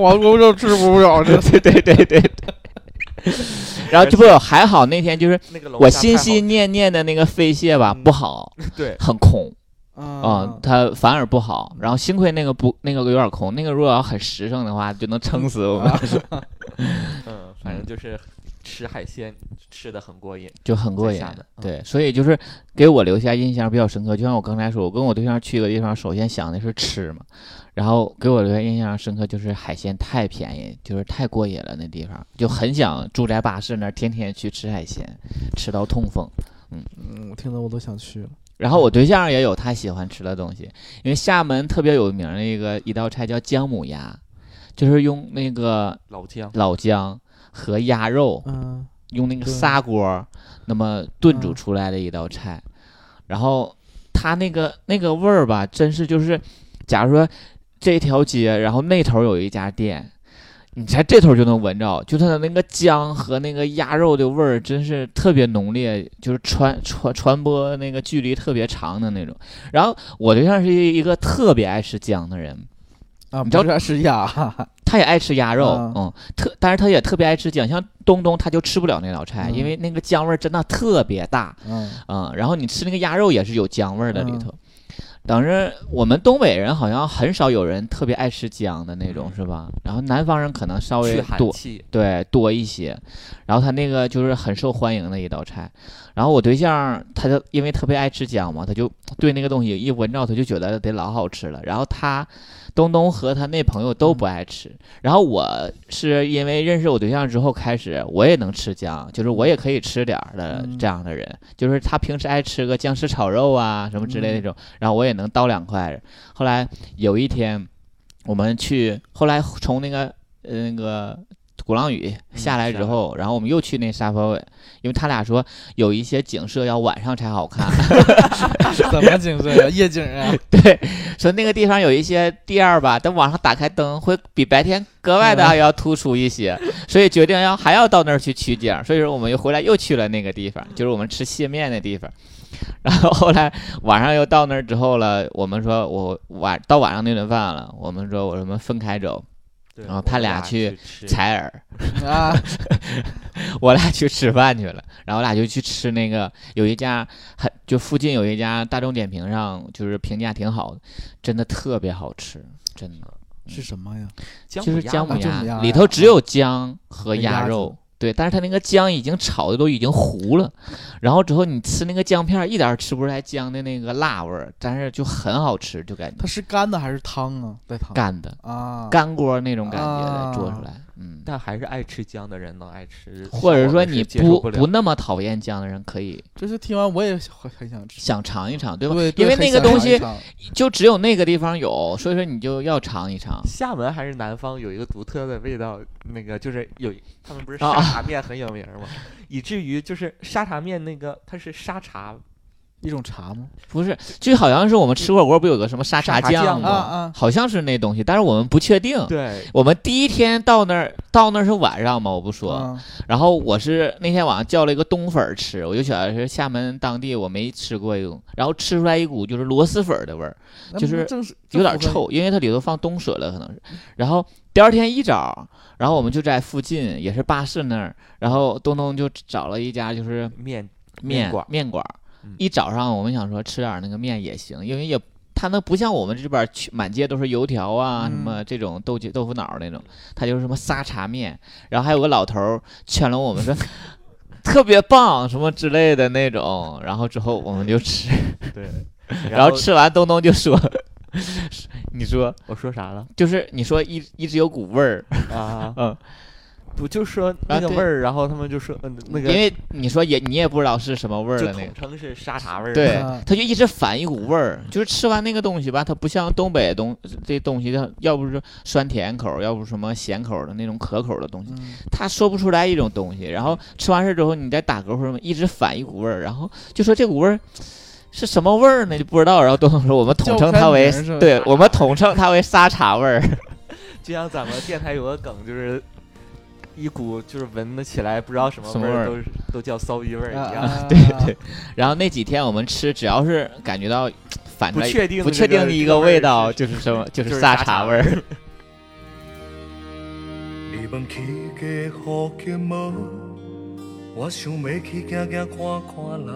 E: 我我我我就吃不了这。
D: 对对对对对。然后这不还好，那天就是
C: 那个龙虾
D: 我
C: 太
D: 心
C: 好
D: 心念念的那个飞蟹吧，
E: 嗯
D: 不好，
C: 对
D: 很空啊
E: 啊，
D: 它反而不好。然后幸亏那个不那个有点空，那个如果要很实诚的话，就能撑死我们，
C: 嗯，反正就是吃海鲜吃的很过瘾。
D: 就很过
C: 最
D: 瘾
C: 吓的。嗯
D: 对，所以就是给我留下印象比较深刻。就像我刚才说，我跟我对象去一个地方，首先想的是吃嘛，然后给我留下印象深刻就是海鲜太便宜，就是太过瘾了，那地方就很想住在巴士那儿，天天去吃海鲜，吃到痛风。
E: 嗯，我听得我都想去了。
D: 然后我对象也有他喜欢吃的东西，因为厦门特别有名的一个一道菜叫姜母鸭，就是用那个
C: 老姜，
D: 老姜和鸭肉，
E: 嗯，
D: 用那个
E: 对
D: 砂锅儿那么炖煮
E: 嗯
D: 出来的一道菜。然后它那个那个味儿吧，真是就是，假如说这条街，然后那头儿有一家店。你在这头儿就能闻着，就它的那个姜和那个鸭肉的味儿，真是特别浓烈，就是传 传传播那个距离特别长的那种。然后我对象是一个特别爱吃姜的人，
E: 啊，
D: 你知道
E: 不是是鸭，
D: 他也爱吃鸭肉，
E: 啊
D: 嗯，特，但是他也特别爱吃姜，像东东他就吃不了那道菜，
E: 嗯
D: 因为那个姜味儿真的特别大，
E: 嗯，
D: 嗯，然后你吃那个鸭肉也是有姜味儿的里
E: 嗯
D: 头。等着我们东北人好像很少有人特别爱吃姜的那
E: 嗯
D: 种，是吧？然后南方人可能稍微
C: 去寒
D: 多，
C: 气，
D: 对多一些。然后他那个就是很受欢迎的一道菜。然后我对象他就因为特别爱吃姜嘛，他就对那个东西一闻着他就觉得得老好吃了。然后他东东和他那朋友都不爱吃。然后我是因为认识我对象之后开始，我也能吃姜，就是我也可以吃点儿的
E: 嗯
D: 这样的人。就是他平时爱吃个姜丝炒肉啊什么之类的那种，然后我也能叨两块。后来有一天。我们去，后来从那个呃那个鼓浪屿嗯下来之后，然后我们又去那沙坡尾，因为他俩说有一些景色要晚上才好 看，
E: 怎么景色呀？夜景 啊，
D: 对，说那个地方有一些店儿吧，等晚上打开灯会比白天格外的要突出一些，所以决定要还要到那儿去取景儿，所以说我们又回来又去了那个地方，就是我们吃蟹面的地方。然后后来晚上又到那儿之后了，我们说我晚到晚上那顿饭了，我们说我们分开走，
C: 对
D: 然后
C: 我
D: 他
C: 们
D: 俩
C: 俩
D: 去
C: 吃
D: 采耳。
E: 啊，
D: 我俩去吃饭去了，然后我俩就去吃那个有一家很就附近有一家大众点评上就是评价挺好的，真的特别好吃，真的
E: 是什么呀？
C: 姜
D: 就是
C: 母鸭
D: 姜
C: 嘛
D: 母
E: 啊姜母鸭
D: 鸭
E: 呀
D: 里头只有姜和鸭
E: 鸭
D: 肉，对，但是它那个姜已经炒的都已经糊了，然后之后你吃那个姜片儿一点儿吃不出来姜的那个辣味儿，但是就很好吃，就感觉
E: 它是干的还是汤啊？带汤
D: 干的
E: 啊，
D: 干锅那种感觉的
E: 啊
D: 做出来，嗯。
C: 但还是爱吃姜的人能爱吃，
D: 或者说你
C: 不
D: 不不那么讨厌姜的人，可以
E: 这次听完我也很很想吃。
D: 想尝一尝，对吧？
E: 对，
D: 因为
E: 很
D: 那个
E: 想
D: 东
E: 尝
D: 西
E: 一尝
D: 就只有那个地方有，所以说你就要尝一尝。
C: 厦门还是南方有一个独特的味道，那个就是有一他们不是
D: 啊
C: 沙茶面很有名儿吗？以至于就是沙茶面那个它是沙茶
E: 一种茶吗？
D: 不是，就好像是我们吃火锅不有个什么沙
C: 沙茶
D: 酱
C: 酱
E: 啊
C: 吗
D: 吗？
E: 啊，
D: 好像是那东西，但是我们不确定。
C: 对，
D: 我们第一天到那儿，到那儿是晚上嘛，我不说。
E: 啊
D: 然后我是那天晚上叫了一个冬粉儿吃，我就想是厦门当地我没吃过一种，然后吃出来一股就是螺蛳粉儿的味儿，
E: 那
D: 就
E: 不
D: 是
E: 正是
D: 有点
E: 正符合
D: 臭，因为它里头放冬笋了可能是。然后第二天一早，然后我们就在附近，也是巴士那儿，然后东东就找了一家就是
C: 面面
D: 面
C: 馆儿
D: 面馆儿
C: 嗯
D: 一早上我们想说吃点儿那个面也行，因为也他那不像我们这边儿去满街都是油条啊、
E: 嗯
D: 什么这种豆豆腐脑儿那种，他就是什么沙茶面，然后还有个老头儿劝了我们说 特别棒什么之类的那种，然后之后我们就 吃，
C: 对，
D: 然后吃完东东就说。 你说，
C: 我说啥了
D: 就是你说一一直有股味儿，
C: 啊？
D: 嗯，
C: 不就说那个
D: 啊对
C: 味儿，然后他们就说嗯那
D: 因
C: 个
D: 为你说也你也不知道是什么味儿
C: 就
D: 的那个
C: 统，称是沙茶味儿，
D: 对
E: 啊，
D: 它就一直反一股味儿，就是吃完那个东西吧，它不像东北东这东西，它要不是酸甜口儿，要不是什么咸口儿的那种可口儿的东西，
E: 嗯
D: 它说不出来一种东西。然后吃完事儿之后，你再打嗝或者什么，一直反一股味儿，然后就说这股味儿是什么味儿呢？就不知道。然后东东说我们统称
E: 叫不
D: 它
E: 上
D: 为
E: 名儿是吧，
D: 对我们统称它为沙茶味儿。
C: 就像咱们电台有个梗，就是一股就是闻得起来不知道什么
D: 什么
C: 味
D: 味儿
C: 儿，都是都叫骚逼味儿
E: 啊
C: 一样。
E: 啊，对
D: 对，然后那几天我们吃，只要是感觉到反
C: 不
D: 正
C: 确定
D: 不
C: 这
D: 确
C: 个
D: 定的一
C: 这个味
D: 味
C: 儿
D: 道，
C: 是
D: 就是什么，就
C: 就是是
D: 沙
C: 沙
D: 茶
C: 茶
D: 味儿。
A: 你问起家好见无？我想要去行行看看啦。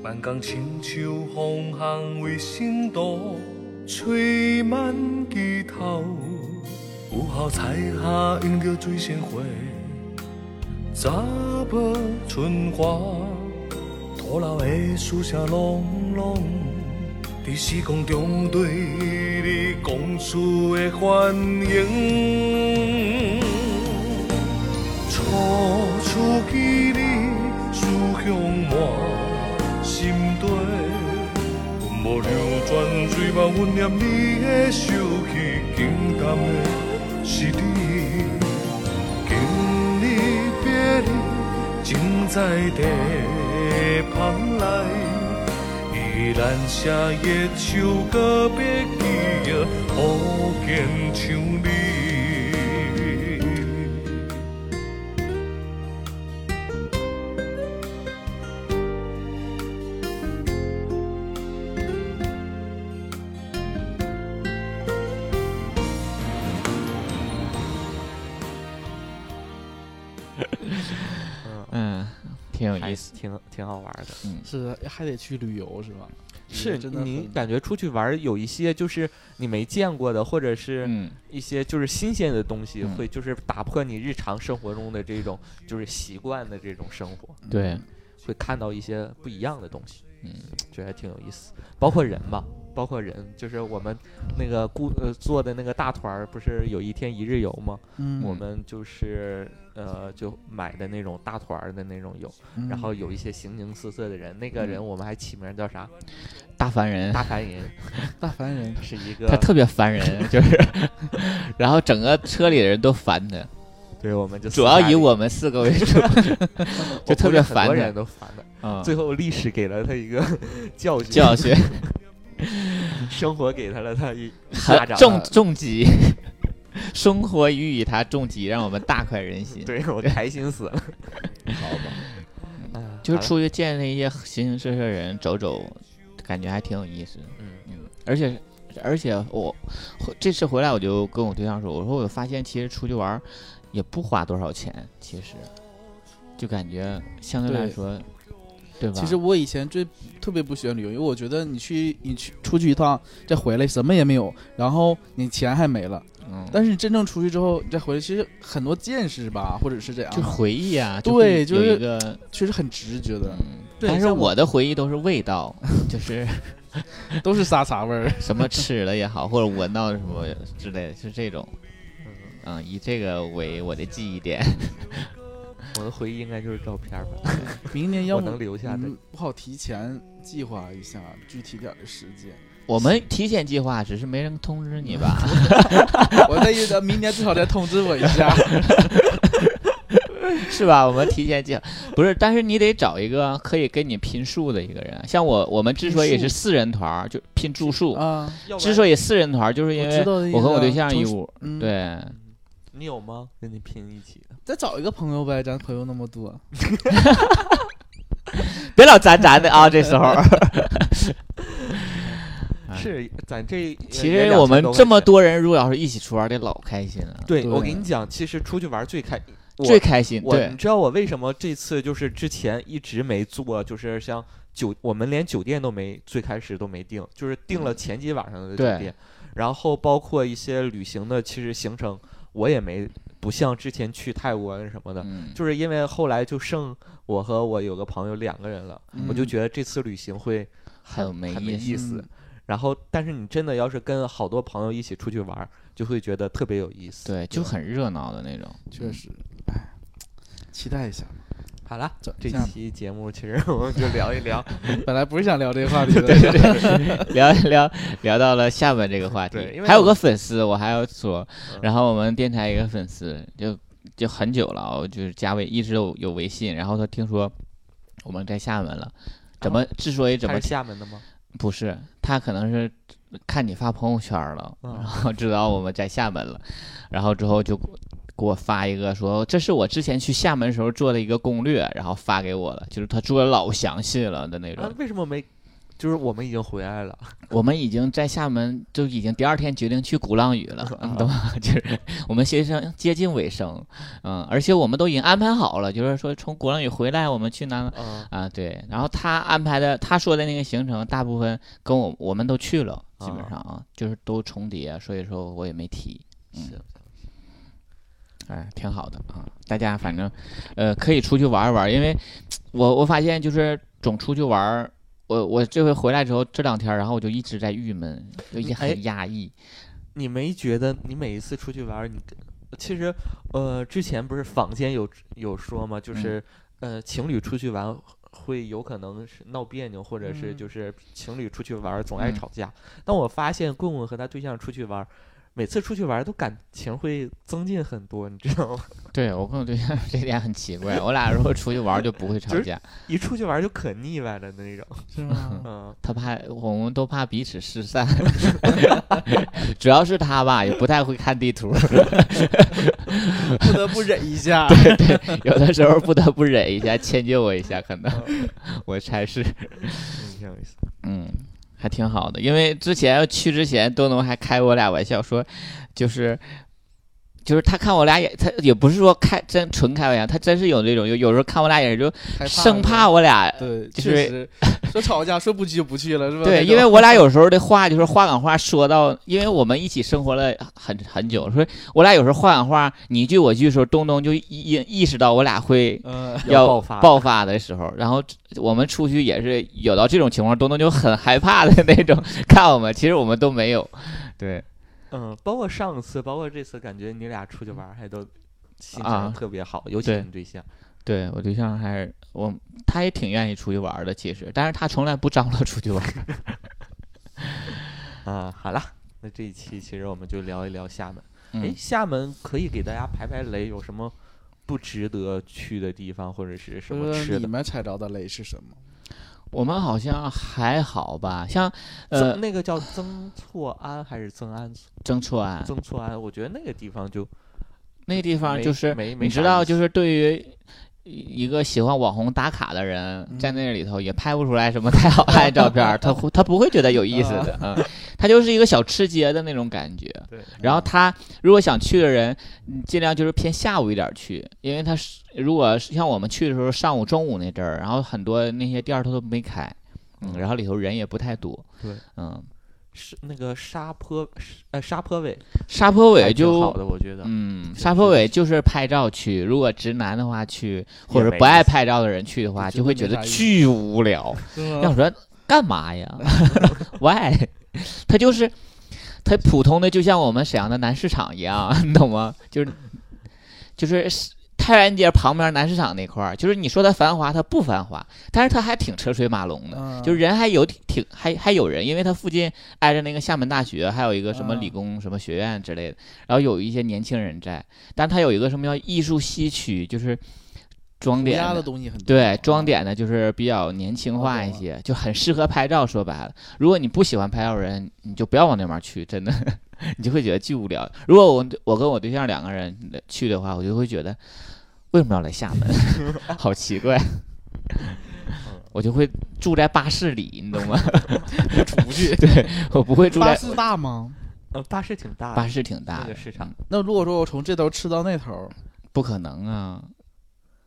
A: 万工亲像风巷为心度，吹满枝头。有好彩霞映着水仙花，查无春花。土楼的书声朗朗，伫时光中对你讲出的欢迎。初次见你，思乡满心底，阮无流转水墨，阮念你的手气，简单的是你。今日别离，情在地旁来，依然写一首告别记忆，好见像你。
D: 嗯，挺有
C: 还
D: 意思。
C: 挺挺好玩的，
E: 是的还得去旅游是吧？
C: 是
E: 真的
C: 你
E: 很
C: 感觉出去玩儿有一些就是你没见过的，或者是
D: 嗯，
C: 一些就是新鲜的东西，
D: 嗯
C: 会就是打破你日常生活中的这种就是习惯的这种生活，
D: 对，
C: 会看到一些不一样的东西，
D: 嗯，
C: 觉得挺有意思。包括人吧，包括人，就是我们那个雇呃做的那个大团儿，不是有一天一日游吗？
E: 嗯，
C: 我们就是呃就买的那种大团儿的那种游，
E: 嗯
C: 然后有一些形形色色的人，那
D: 嗯
C: 个人我们还起名叫 啥？
D: 大烦人，
C: 大烦人，
E: 大凡人
C: 是一个
D: 他特别烦 人，就是，然后整个车里的人都烦他，
C: 对，我们就
D: 主要以
C: 我
D: 我们四个为 主，就特别
C: 很
D: 烦
C: 多
D: 人
C: 人，都烦的。
D: 嗯，
C: 最后历史给了他一个 教训，
D: 教训
C: 生活给他了他一巴
D: 很
C: 掌啊
D: 重重击，生活予以他重击，让我们大快人心。
C: 对我开心 死了。
E: 好吧，
C: 哎
D: 就是出去见那些形形色色的人，走走，感觉还挺有意思。
C: 嗯
D: 嗯，而且而且我回这次回来，我就跟我对象说，我说我发现其实出去玩儿也不花多少钱，其实就感觉相对来
E: 对
D: 说，对吧？
E: 其实我以前最特别不喜欢旅游，因为我觉得你去你去出去一趟再回来什么也没有，然后你钱还没了。
D: 嗯，
E: 但是你真正出去之后你再回来，其实很多见识吧，或者是这样
D: 就，回忆啊，
E: 对
D: 就会
E: 就是
D: 有一个，
E: 确实很直觉的，
D: 嗯，
E: 对
D: 但是
E: 像我
D: 我的回忆都是味 道， 就是
E: 都是沙茶味儿。
D: 什么吃了也好，或者闻到什么之类的，是这种。嗯，以这个为我的记忆点。
C: 我的回忆应该就是照片吧，
E: 明年要
C: 我
E: 不
C: 能留下的
E: 嗯。不好提前计划一下具体点儿的时间。
D: 我们提前计划，只是没人通知你 吧？
E: 我的意思，明年最好再通知我一下。
D: 是吧？我们提前计划 不是，但是你得找一个可以跟你拼数的一个人。像我，我们之所以是四人团儿，就拼住宿。
E: 啊，
D: 之所以四人团儿，就是因
E: 我
D: 为
E: 知道的意思
D: 我和我对
E: 啊
D: 象一
E: 从
D: 屋，
E: 嗯，
D: 对，
C: 你有吗？跟你拼一起的，
E: 再找一个朋友呗，咱朋友那么多，
D: 别老咱咱的 啊，这时候。哎
C: 是咱这呃
D: 其
C: 也
D: 实
C: 2000
D: 我们
C: 多块
D: 这么
C: 钱，
D: 多人，如果要是一起出玩，得老开心了，
C: 对我
E: 对
C: 跟你讲，其实出去玩最开，我
D: 最开心。
C: 我
D: 对
C: 你，知道我为什么这次就是之前一直没做，就是像酒，我们连酒店都没最开始都没定，就是定了前几晚上的酒
D: 嗯对
C: 店，然后包括一些旅行的其实行程我也没不像之前去泰国那什么的，
D: 嗯，
C: 就是因为后来就剩我和我有个朋友两个人了，我就
E: 嗯
C: 觉得这次旅行会很
D: 很没
C: 很没
D: 意
C: 意思。然后，但是你真的要是跟好多朋友一起出去玩儿，就会觉得特别有意思。
D: 对，就很热闹的那种。
E: 确实，
D: 嗯
E: 哎，期待一下。
C: 好了，
E: 这
C: 这
E: 样
C: 期节目其实 我们就聊一聊，
E: 本来不是想聊这个话题 的，
D: 聊一聊聊到了厦门这个话题
C: 对因，为
D: 还有
C: 我
D: 个粉丝，我还要说
C: 嗯，
D: 然后我们电台一个粉丝就就很久了哦，我就是加微一直有有微信，然后他听说我们在厦门了，怎么之所以 怎
C: 哦他
D: 么
C: 是厦门的吗？
D: 不是他可能是看你发朋友圈了，
C: 嗯
D: 然后知道我们在厦门了，然后之后就。给我发一个说，这是我之前去厦门时候做的一个攻略，然后发给我了，就是他做的老详细了的那种
C: 啊。，为什么没？就是我们已经回来了，
D: 我们已经在厦门，就已经第二天决定去鼓浪屿了，你懂吗？ 就是我们学生接近尾声，嗯，而且我们都已经安排好了，就是说从鼓浪屿回来，我们去哪哪
C: 嗯，
D: 啊？对，然后他安排的，他说的那个行程，大部分跟我我们都去了，基本
C: 啊
D: 上啊，就是都重叠，所以说我也没提，嗯
C: 行，
D: 哎，挺好的啊。大家反正，呃，可以出去玩一玩，因为我我发现就是总出去玩儿，我我这回回来之后这两天儿，然后我就一直在郁闷，就也
C: 哎
D: 很压抑。
C: 你没觉得你每一次出去玩儿，你跟其实呃之前不是坊间有有说吗？就是、呃情侣出去玩会有可能是闹别扭，或者是
E: 嗯
C: 就是情侣出去玩儿总爱
D: 嗯
C: 吵架。但我发现棍棍和他对象出去玩儿，每次出去玩儿都感情会增进很多，你知道吗？
D: 对我跟我对象这点很奇怪，我俩如果出去玩儿就不会吵
C: 就是
D: 架，
C: 一出去玩儿就可腻歪了的那种。
E: 是 吗？
C: 嗯，
D: 他怕我们都怕彼此失散， 主要是他吧也不太会看地图，
E: 不得不忍一下。
D: 有的时候不得不忍一下，迁就我一下，可
C: 哦
D: 能我猜是。
C: 挺有意思。
D: 嗯，还挺好的，因为之前去之前，东东还开我俩玩笑说，就是。就是他看我俩也，他也不是说开真纯开玩笑，他真是有这种有有时候看我俩也就
E: 害怕
D: 生
E: 是
D: 怕我俩
E: 对，
D: 就是
E: 确实说吵架，说不去就不去了，是吧？
D: 对，
E: 那
D: 因为
E: 种
D: 我 俩有时候的话就是话赶话说到，因为我们一起生活了很很久，所以我俩有时候话赶话你一句我一句的时候，东东就意意意识到我俩会
E: 呃，
C: 要
D: 要
C: 爆发
D: 爆发的时候，然后我们出去也是有到这种情况，东东就很害怕的那种 看我们，其实我们都没有，对
C: 嗯，包括上次，包括这次，感觉你俩出去玩儿还都心
D: 啊
C: 情特别好，尤其
D: 对
C: 你对象。
D: 对，我对象还是我，他也挺愿意出去玩的，其实，但是他从来不张罗 出去玩。
C: 啊，好了，那这一期其实我们就聊一聊厦门。哎、
D: 嗯，
C: 厦门可以给大家排排雷，有什么不值得去的地方，或者是什么
E: 说
C: 吃
D: 呃
E: 说你
C: 的？
E: 们踩着的雷是什么？
D: 我们好像还好吧，像
C: 曾
D: 呃
C: 那个叫曾厝垵还是曾安厝？
D: 曾厝垵
C: 曾厝垵，我觉得那个地方就
D: 那啊个地方，
C: 没
D: 就是
C: 没没
D: 你知
C: 啥
D: 道，
C: 意思
D: 就是对于。一个喜欢网红打卡的人，
C: 嗯
D: 在那里头也拍不出来什么太好看的照 片儿，他会他不会觉得有意思的，嗯，他就是一个小吃街的那种感觉。
C: 对，
D: 然后他如果想去的人，嗯尽量就是偏下午一点儿去，因为他是如果是像我们去的时候，上午、中午那阵儿，然后很多那些店儿他都没开，嗯，然后里头人也不太多，
C: 对，
D: 嗯，
C: 是那个沙坡，是呃，沙坡尾
D: 沙坡
C: 还
D: 尾
C: 挺好
D: 就。
C: 的，我觉得。
D: 嗯，
C: 是
D: 沙坡尾就是拍照去。如果直男的话去，或者
C: 没
D: 不
C: 意
D: 爱
C: 思
D: 拍照的人去的话，
E: 就
D: 就会
E: 觉
D: 觉
E: 得
D: 得
E: 没啥意思
D: 巨无聊。
E: 是
D: 要
E: 吗？
D: 说干嘛呀 ？Why？他就是他 普通的，就像我们沈阳的南市场一样，你懂吗？就是就是太原街旁边南市场那块儿，就是你说它繁华，它不繁华，但是它还挺车水马龙的，
E: 嗯
D: 就是人还有挺挺还还有人，因为它附近挨着那个厦门大学，还有一个什么理
E: 啊
D: 工什么学院之类的，然后有一些年轻人在，但它有一个什么叫艺术西区，就是装
E: 涂
D: 点
E: 鸦
D: 的
E: 的东西很多，
D: 对，装点的就是比较年轻化一些，就很适合拍照。说白了，如果你不喜欢拍照的人，你就不要往那边儿去，真的， 你就会觉得巨无聊。如果我我跟我对象两个人去的话，我就会觉得为什么要来厦门， 好奇怪。
E: 嗯
D: 我就会住在巴士里，你懂吗？
E: 不 去。
D: 对我不会住
E: 巴
D: 在
E: 士大吗？
C: 呃，巴士挺大的，
D: 巴士挺大
C: 那
D: 的
C: 个，市场，
E: 那如果说我从这头吃到那头，
D: 不可能啊。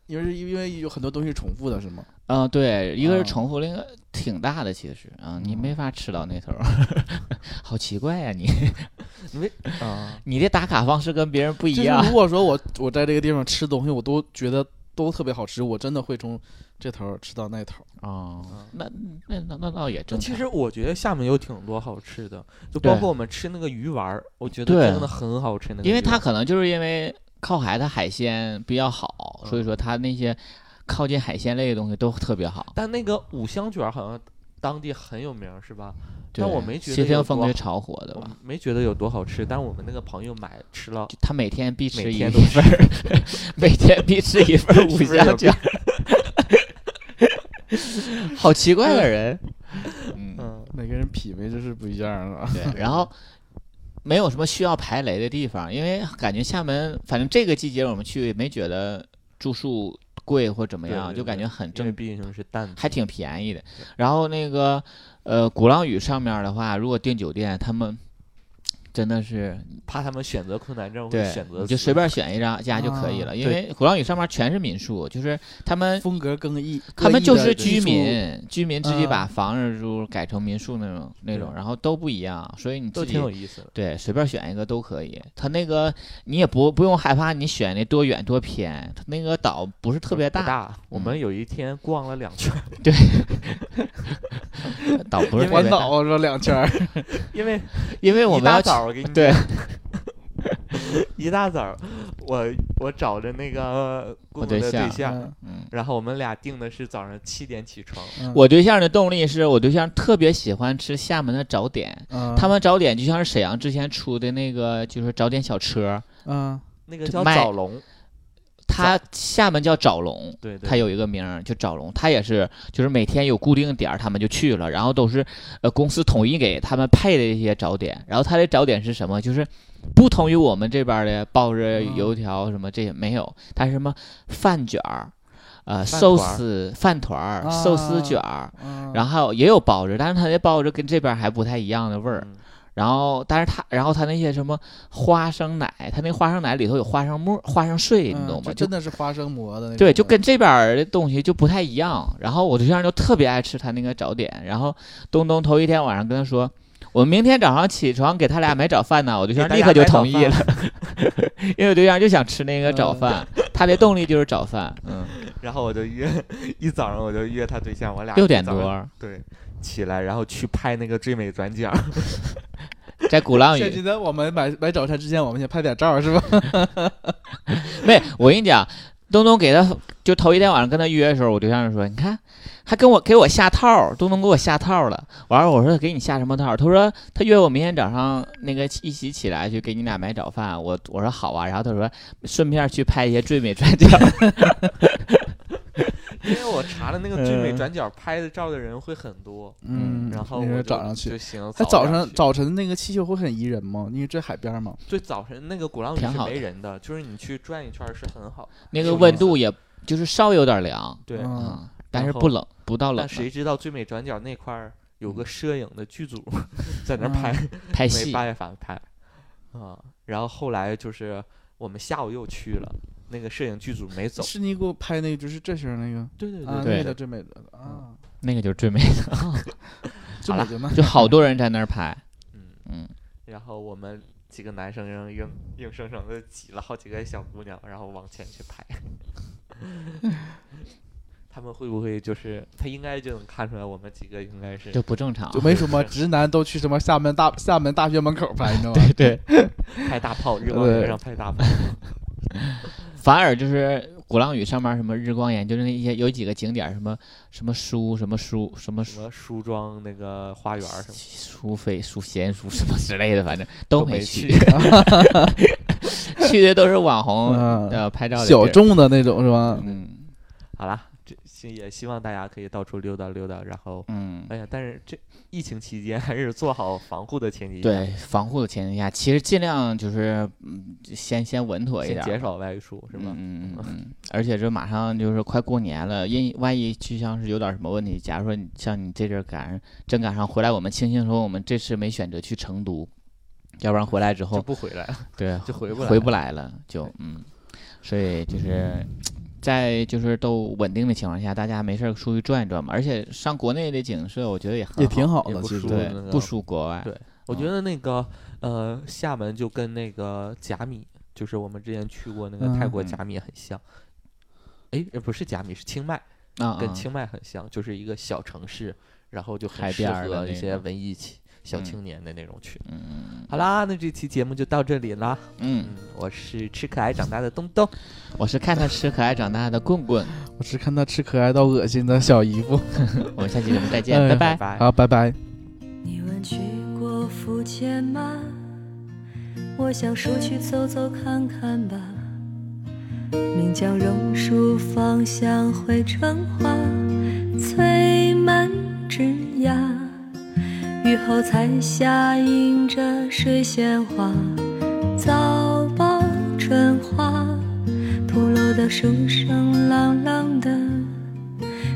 E: 因为因为有很多东西重复的是吗？
D: 嗯、对，一个
E: 啊
D: 是重复，另一个挺大的，其实啊、你
C: 嗯
D: 没法吃到那头儿， 好奇怪呀、你。
C: 因为
D: 嗯
C: 啊，
D: 你的打卡方式跟别人不一
E: 就是
D: 样
E: 如。果说我我在这个地方吃东西，我都觉得都特别好吃，我真的会从这头吃到那头。
C: 啊
D: 哦，那那那那倒也
C: 那
D: 正常。
C: 其实我觉得厦门有挺多好吃的，就包
D: 对
C: 括我们吃那个鱼丸儿，我觉得
D: 对
C: 真的很好吃。那个
D: 因为
C: 鱼
D: 它
C: 丸儿
D: 可能就是因为靠海，它海鲜比较好，所以
C: 嗯
D: 说它那些靠近海鲜类的东西都特别好。
C: 但那个五香卷儿好像当地很有名儿，是吧？
D: 对
C: 但我没觉得
D: 谢
C: 有
D: 霆
C: 多
D: 锋
C: 好
D: 是炒火的
C: 我
D: 吧？
C: 没觉得有多好吃，但我们那个朋友买吃了，
D: 就他每天必
C: 每
D: 吃一
C: 天都
D: 份儿， 每天必吃 一份儿五
C: 是不是有
D: 香卷儿， 好奇怪的人。嗯，
C: 嗯，
E: 每个人品味就是不一样啊 了。
D: 对，然后没有什么需要排雷的地方，因为感觉厦门，反正这个季节我们去也没觉得住宿贵或怎么
C: 对
D: 样，
C: 对
D: 就感
C: 对
D: 觉很
C: 嗯因为
D: 正，
C: 毕竟是淡季，
D: 还挺便宜的。然后那个呃，鼓浪屿上面的话，如果订酒店，他们。真的是
C: 怕他们选择困难症会
D: 对
C: 选，择
D: 你就
C: 死
D: 随便选一张家就可以
E: 啊
D: 了，因为鼓浪屿上面全是民宿，就是他们
E: 风格更异，
D: 他们
E: 各
D: 就
E: 异的
D: 是居
E: 艺术，
D: 民，居民自己
E: 嗯
D: 把房子住改成民宿那种那种，
C: 对
D: 然后都不一样，所以你
C: 都
D: 自己
C: 挺有意思的。
D: 对，随便选一个都可以。它那个你也不不用害怕，你选的多远多偏，它那个岛不是特别
C: 嗯不
D: 大，嗯
C: 大，我们有一天逛了两圈 儿，
D: 岛不是特
E: 环
D: 别大，
E: 岛绕两圈 儿，
C: 因为
D: 因为我
C: 一
D: 们
C: 大
D: 要去
C: 早儿给你
D: 对，
C: 一大早儿，我我找着那个
D: 我
C: 共同
D: 对
C: 的
D: 象
C: 象，
E: 嗯
D: 嗯。
C: 然后我们俩定的是早上七点起床，
E: 嗯
D: 我对象的动力是我对象特别喜欢吃厦门的早点，
E: 嗯
D: 他们早点就像是沈阳之前出的那个就是早点小车，
E: 嗯
C: 那个
D: 就
C: 叫
D: 卖
C: 早龙，
D: 它厦门叫早龙，
C: 对对，
D: 它有一个名儿，就找龙，它也是，就是每天有固定点儿，他们就去了，然后都是呃公司统一给他们配的一些早点，然后它的早点是什么？就是不同于我们这边儿的抱着
E: 嗯
D: 油条什么这些没有，它是什么饭卷儿，呃
C: 饭
D: 寿
C: 团儿
D: 司饭团儿、寿司
E: 啊
D: 卷儿，
E: 嗯，
D: 然后也有包子，但是它的包子跟这边儿还不太一样的味儿。
C: 嗯
D: 然后，但是它，然后它那些什么花生奶，它那花生奶里头有花生沫、花生碎，你
E: 嗯
D: 懂吗？就
E: 就真的是花生磨的那种的，
D: 对，
C: 嗯
D: 就跟这边儿的东西就不太一样。然后我对象就特别爱吃他那个早点。然后东东头一天晚上跟他说：“我明天早上起床给他俩买早饭呢。”我对象
C: 给
D: 立
C: 大
D: 刻
C: 家
D: 就
C: 买早嗯
D: 同意了，因为我对象就想吃那个早饭，他的动力就是早饭。嗯，
C: 然后我就约一早上我就约他对象，我俩
D: 六
C: 一
D: 点
C: 早上
D: 多
C: 对起来，然后去拍那个最美转角，
D: 在鼓 浪
E: 现
D: 屿，
E: 今天我们买买早餐之前，我们先拍点照是吧？
D: 没，我跟你讲，东东给他就头一天晚上跟他约的时候，我对象就说：“你看，还跟我给我下套儿，东东给我下套儿了。”完了，我说给你下什么套儿？他说他约我明天早上那个一起起来去给你俩买早饭。我我说好啊，然后他说顺便去拍一些最美转 角。
C: 因为我查了那个最美
D: 嗯
C: 转角拍的照的人会很多，
D: 嗯
C: 然后
E: 那
C: 我
E: 是
C: 就
E: 早上去
C: 就。行，
E: 那早
C: 点
E: 上
C: 去
E: 早晨那个气球会很宜人吗？因为这海边嘛，
C: 对早晨那个鼓浪屿
D: 挺
C: 是
D: 好
C: 没
D: 的
C: 人的，就是你去转一圈儿是很好，
D: 那
C: 什
D: 个
C: 么
D: 温
C: 意
D: 度
C: 思
D: 也就是稍微有点凉，
C: 对，
E: 嗯
D: 嗯，但
C: 然
D: 是
C: 后
D: 不冷，不到冷
C: 但
D: 的
C: 谁知道最美转角那块儿有个摄影的剧组 在那儿拍，没
D: 拍哎戏。
C: 办法拍啊。然后后来就是我们下午又去了，那个摄影剧组没走。
E: 是你给我拍那个就是这型儿那个
C: 对对
E: 啊，
D: 对
E: 那
D: 对
E: 个最美的了啊，
D: 那个就是最美 的，
E: 最美的呢？
D: 就好多人在那儿拍。
C: 嗯
D: 嗯，
C: 然后我们几个男生硬硬生生的挤了好几个小姑娘，然后往前去 拍。他们会不会就是他应该就能看出来我们几个应该是
D: 就不正常。
E: 就没什么直男都去什么厦门大厦门 大学门口拍，你知道吗？
D: 对，
C: 拍大炮，日光
D: 对
C: 浴上拍大炮。
D: 反而就是鼓浪屿上面什么日光岩，就是那些有几个景点儿，什么什么书什么书什么
C: 什
D: 书
C: 么梳妆那个花园儿什么 的，
D: 书费书闲书什么之类的，反正都
C: 都
D: 没
C: 没
D: 去，
C: 去
D: 去的都是网红
E: 嗯
D: 呃拍照的
E: 小
D: 地儿，
E: 众的那种是吧？
D: 嗯
C: 好啦，这希也希望大家可以到处溜达溜达，然后，
D: 嗯。
C: 哎呀，但是这疫情期间还是做好防护的前提下，
D: 对防护的前提下，其实尽量就是嗯，先先稳妥一点
C: 先
D: 儿，
C: 减少外出是吧？
D: 嗯嗯嗯
C: 嗯
D: 嗯，而且这马上就是快过年了，因万一去向是有点什么问题，假如说你像你这阵儿赶上真赶上回来，我们庆幸说我们这次没选择去成都，要不然回来之
C: 就
D: 后
C: 不回来了，
D: 对
C: 就回不来，
D: 回不来了，就嗯，所以就是。在就是都稳定的情况下，大家没事儿出去转一转嘛，而且上国内的景色，我觉得也很
E: 也挺好
C: 也
E: 的，
C: 不
E: 其
C: 输
E: 实
D: 对
C: 那，个
D: 不输国外。
C: 对我
D: 嗯
C: 觉得那个呃，厦门就跟那个甲米，就是我们之前去过那个泰国
D: 嗯嗯
C: 甲米很像。哎、呃不是甲米，是清迈，
D: 啊，
C: 跟
D: 啊
C: 清迈很像，就是一个小城市，然后就很
D: 海
C: 适
D: 边儿的
C: 合一
D: 那
C: 些
D: 种
C: 文艺青小
D: 嗯
C: 青年的那种去。
D: 嗯
C: 好啦，那这期节目就到这里啦。
D: 嗯，
C: 嗯，我是吃可爱长大的东东，
D: 我是看他吃可爱长大的棍棍，
E: 我只看他吃可爱到恶心的小姨夫。
D: 我们下期节目再见，
E: 哎
D: 拜
C: 拜。
D: 拜
C: 拜。
E: 好，拜拜。
F: 你问去过福建吗？我想说去走走看看吧。名叫榕树芳香汇成花，催满枝桠。雨后彩霞映着水仙花，早报春花。徒楼的书声朗朗的，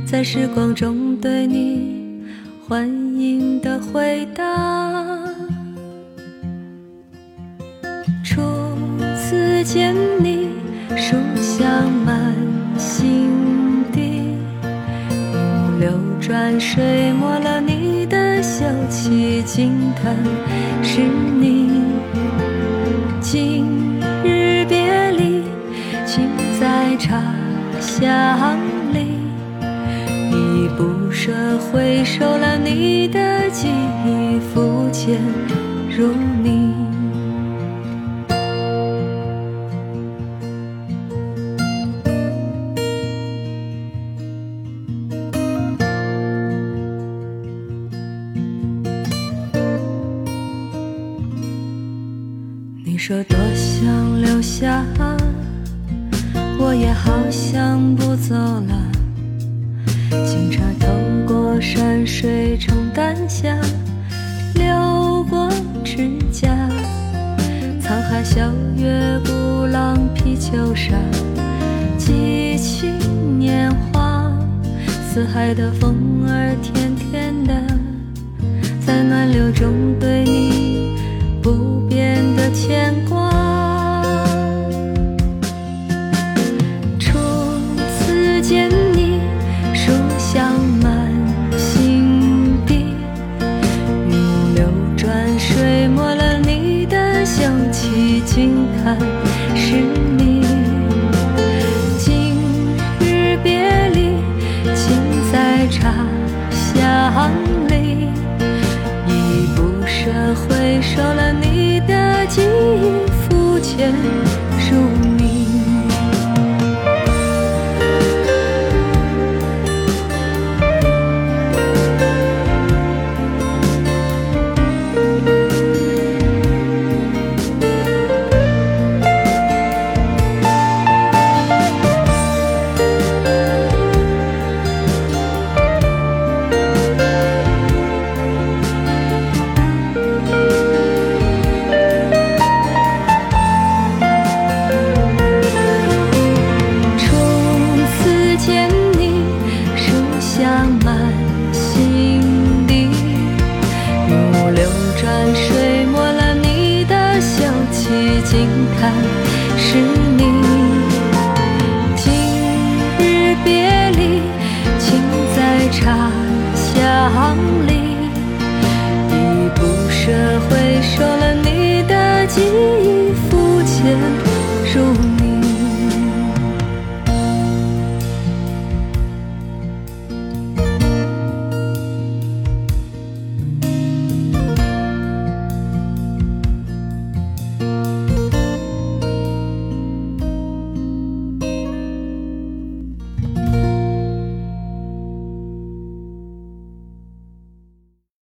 F: 在时光中对你欢迎的回答。初次见你，书香满心底，一流转水磨了你的秀气，惊叹是你。今日别离，尽在茶香里。依依不舍回首了你的记忆，肤浅如你。你说多想留下，我也好想不走了。警察透过山水冲淡下，流过指甲，沧海笑月鼓浪披秋莎，几许年华，四海的风儿甜甜的，在暖流中对你不变的牵挂。初次见你，书香满心底，云流转水磨了你的秀气，惊叹是你。今日别离，尽在茶香里，依依不舍回首了你的记忆，肤浅如你。初次见你，书香满心底，云雾流转，水磨了你的秀气，惊叹是你。今日别离，尽在茶香里，依依不舍回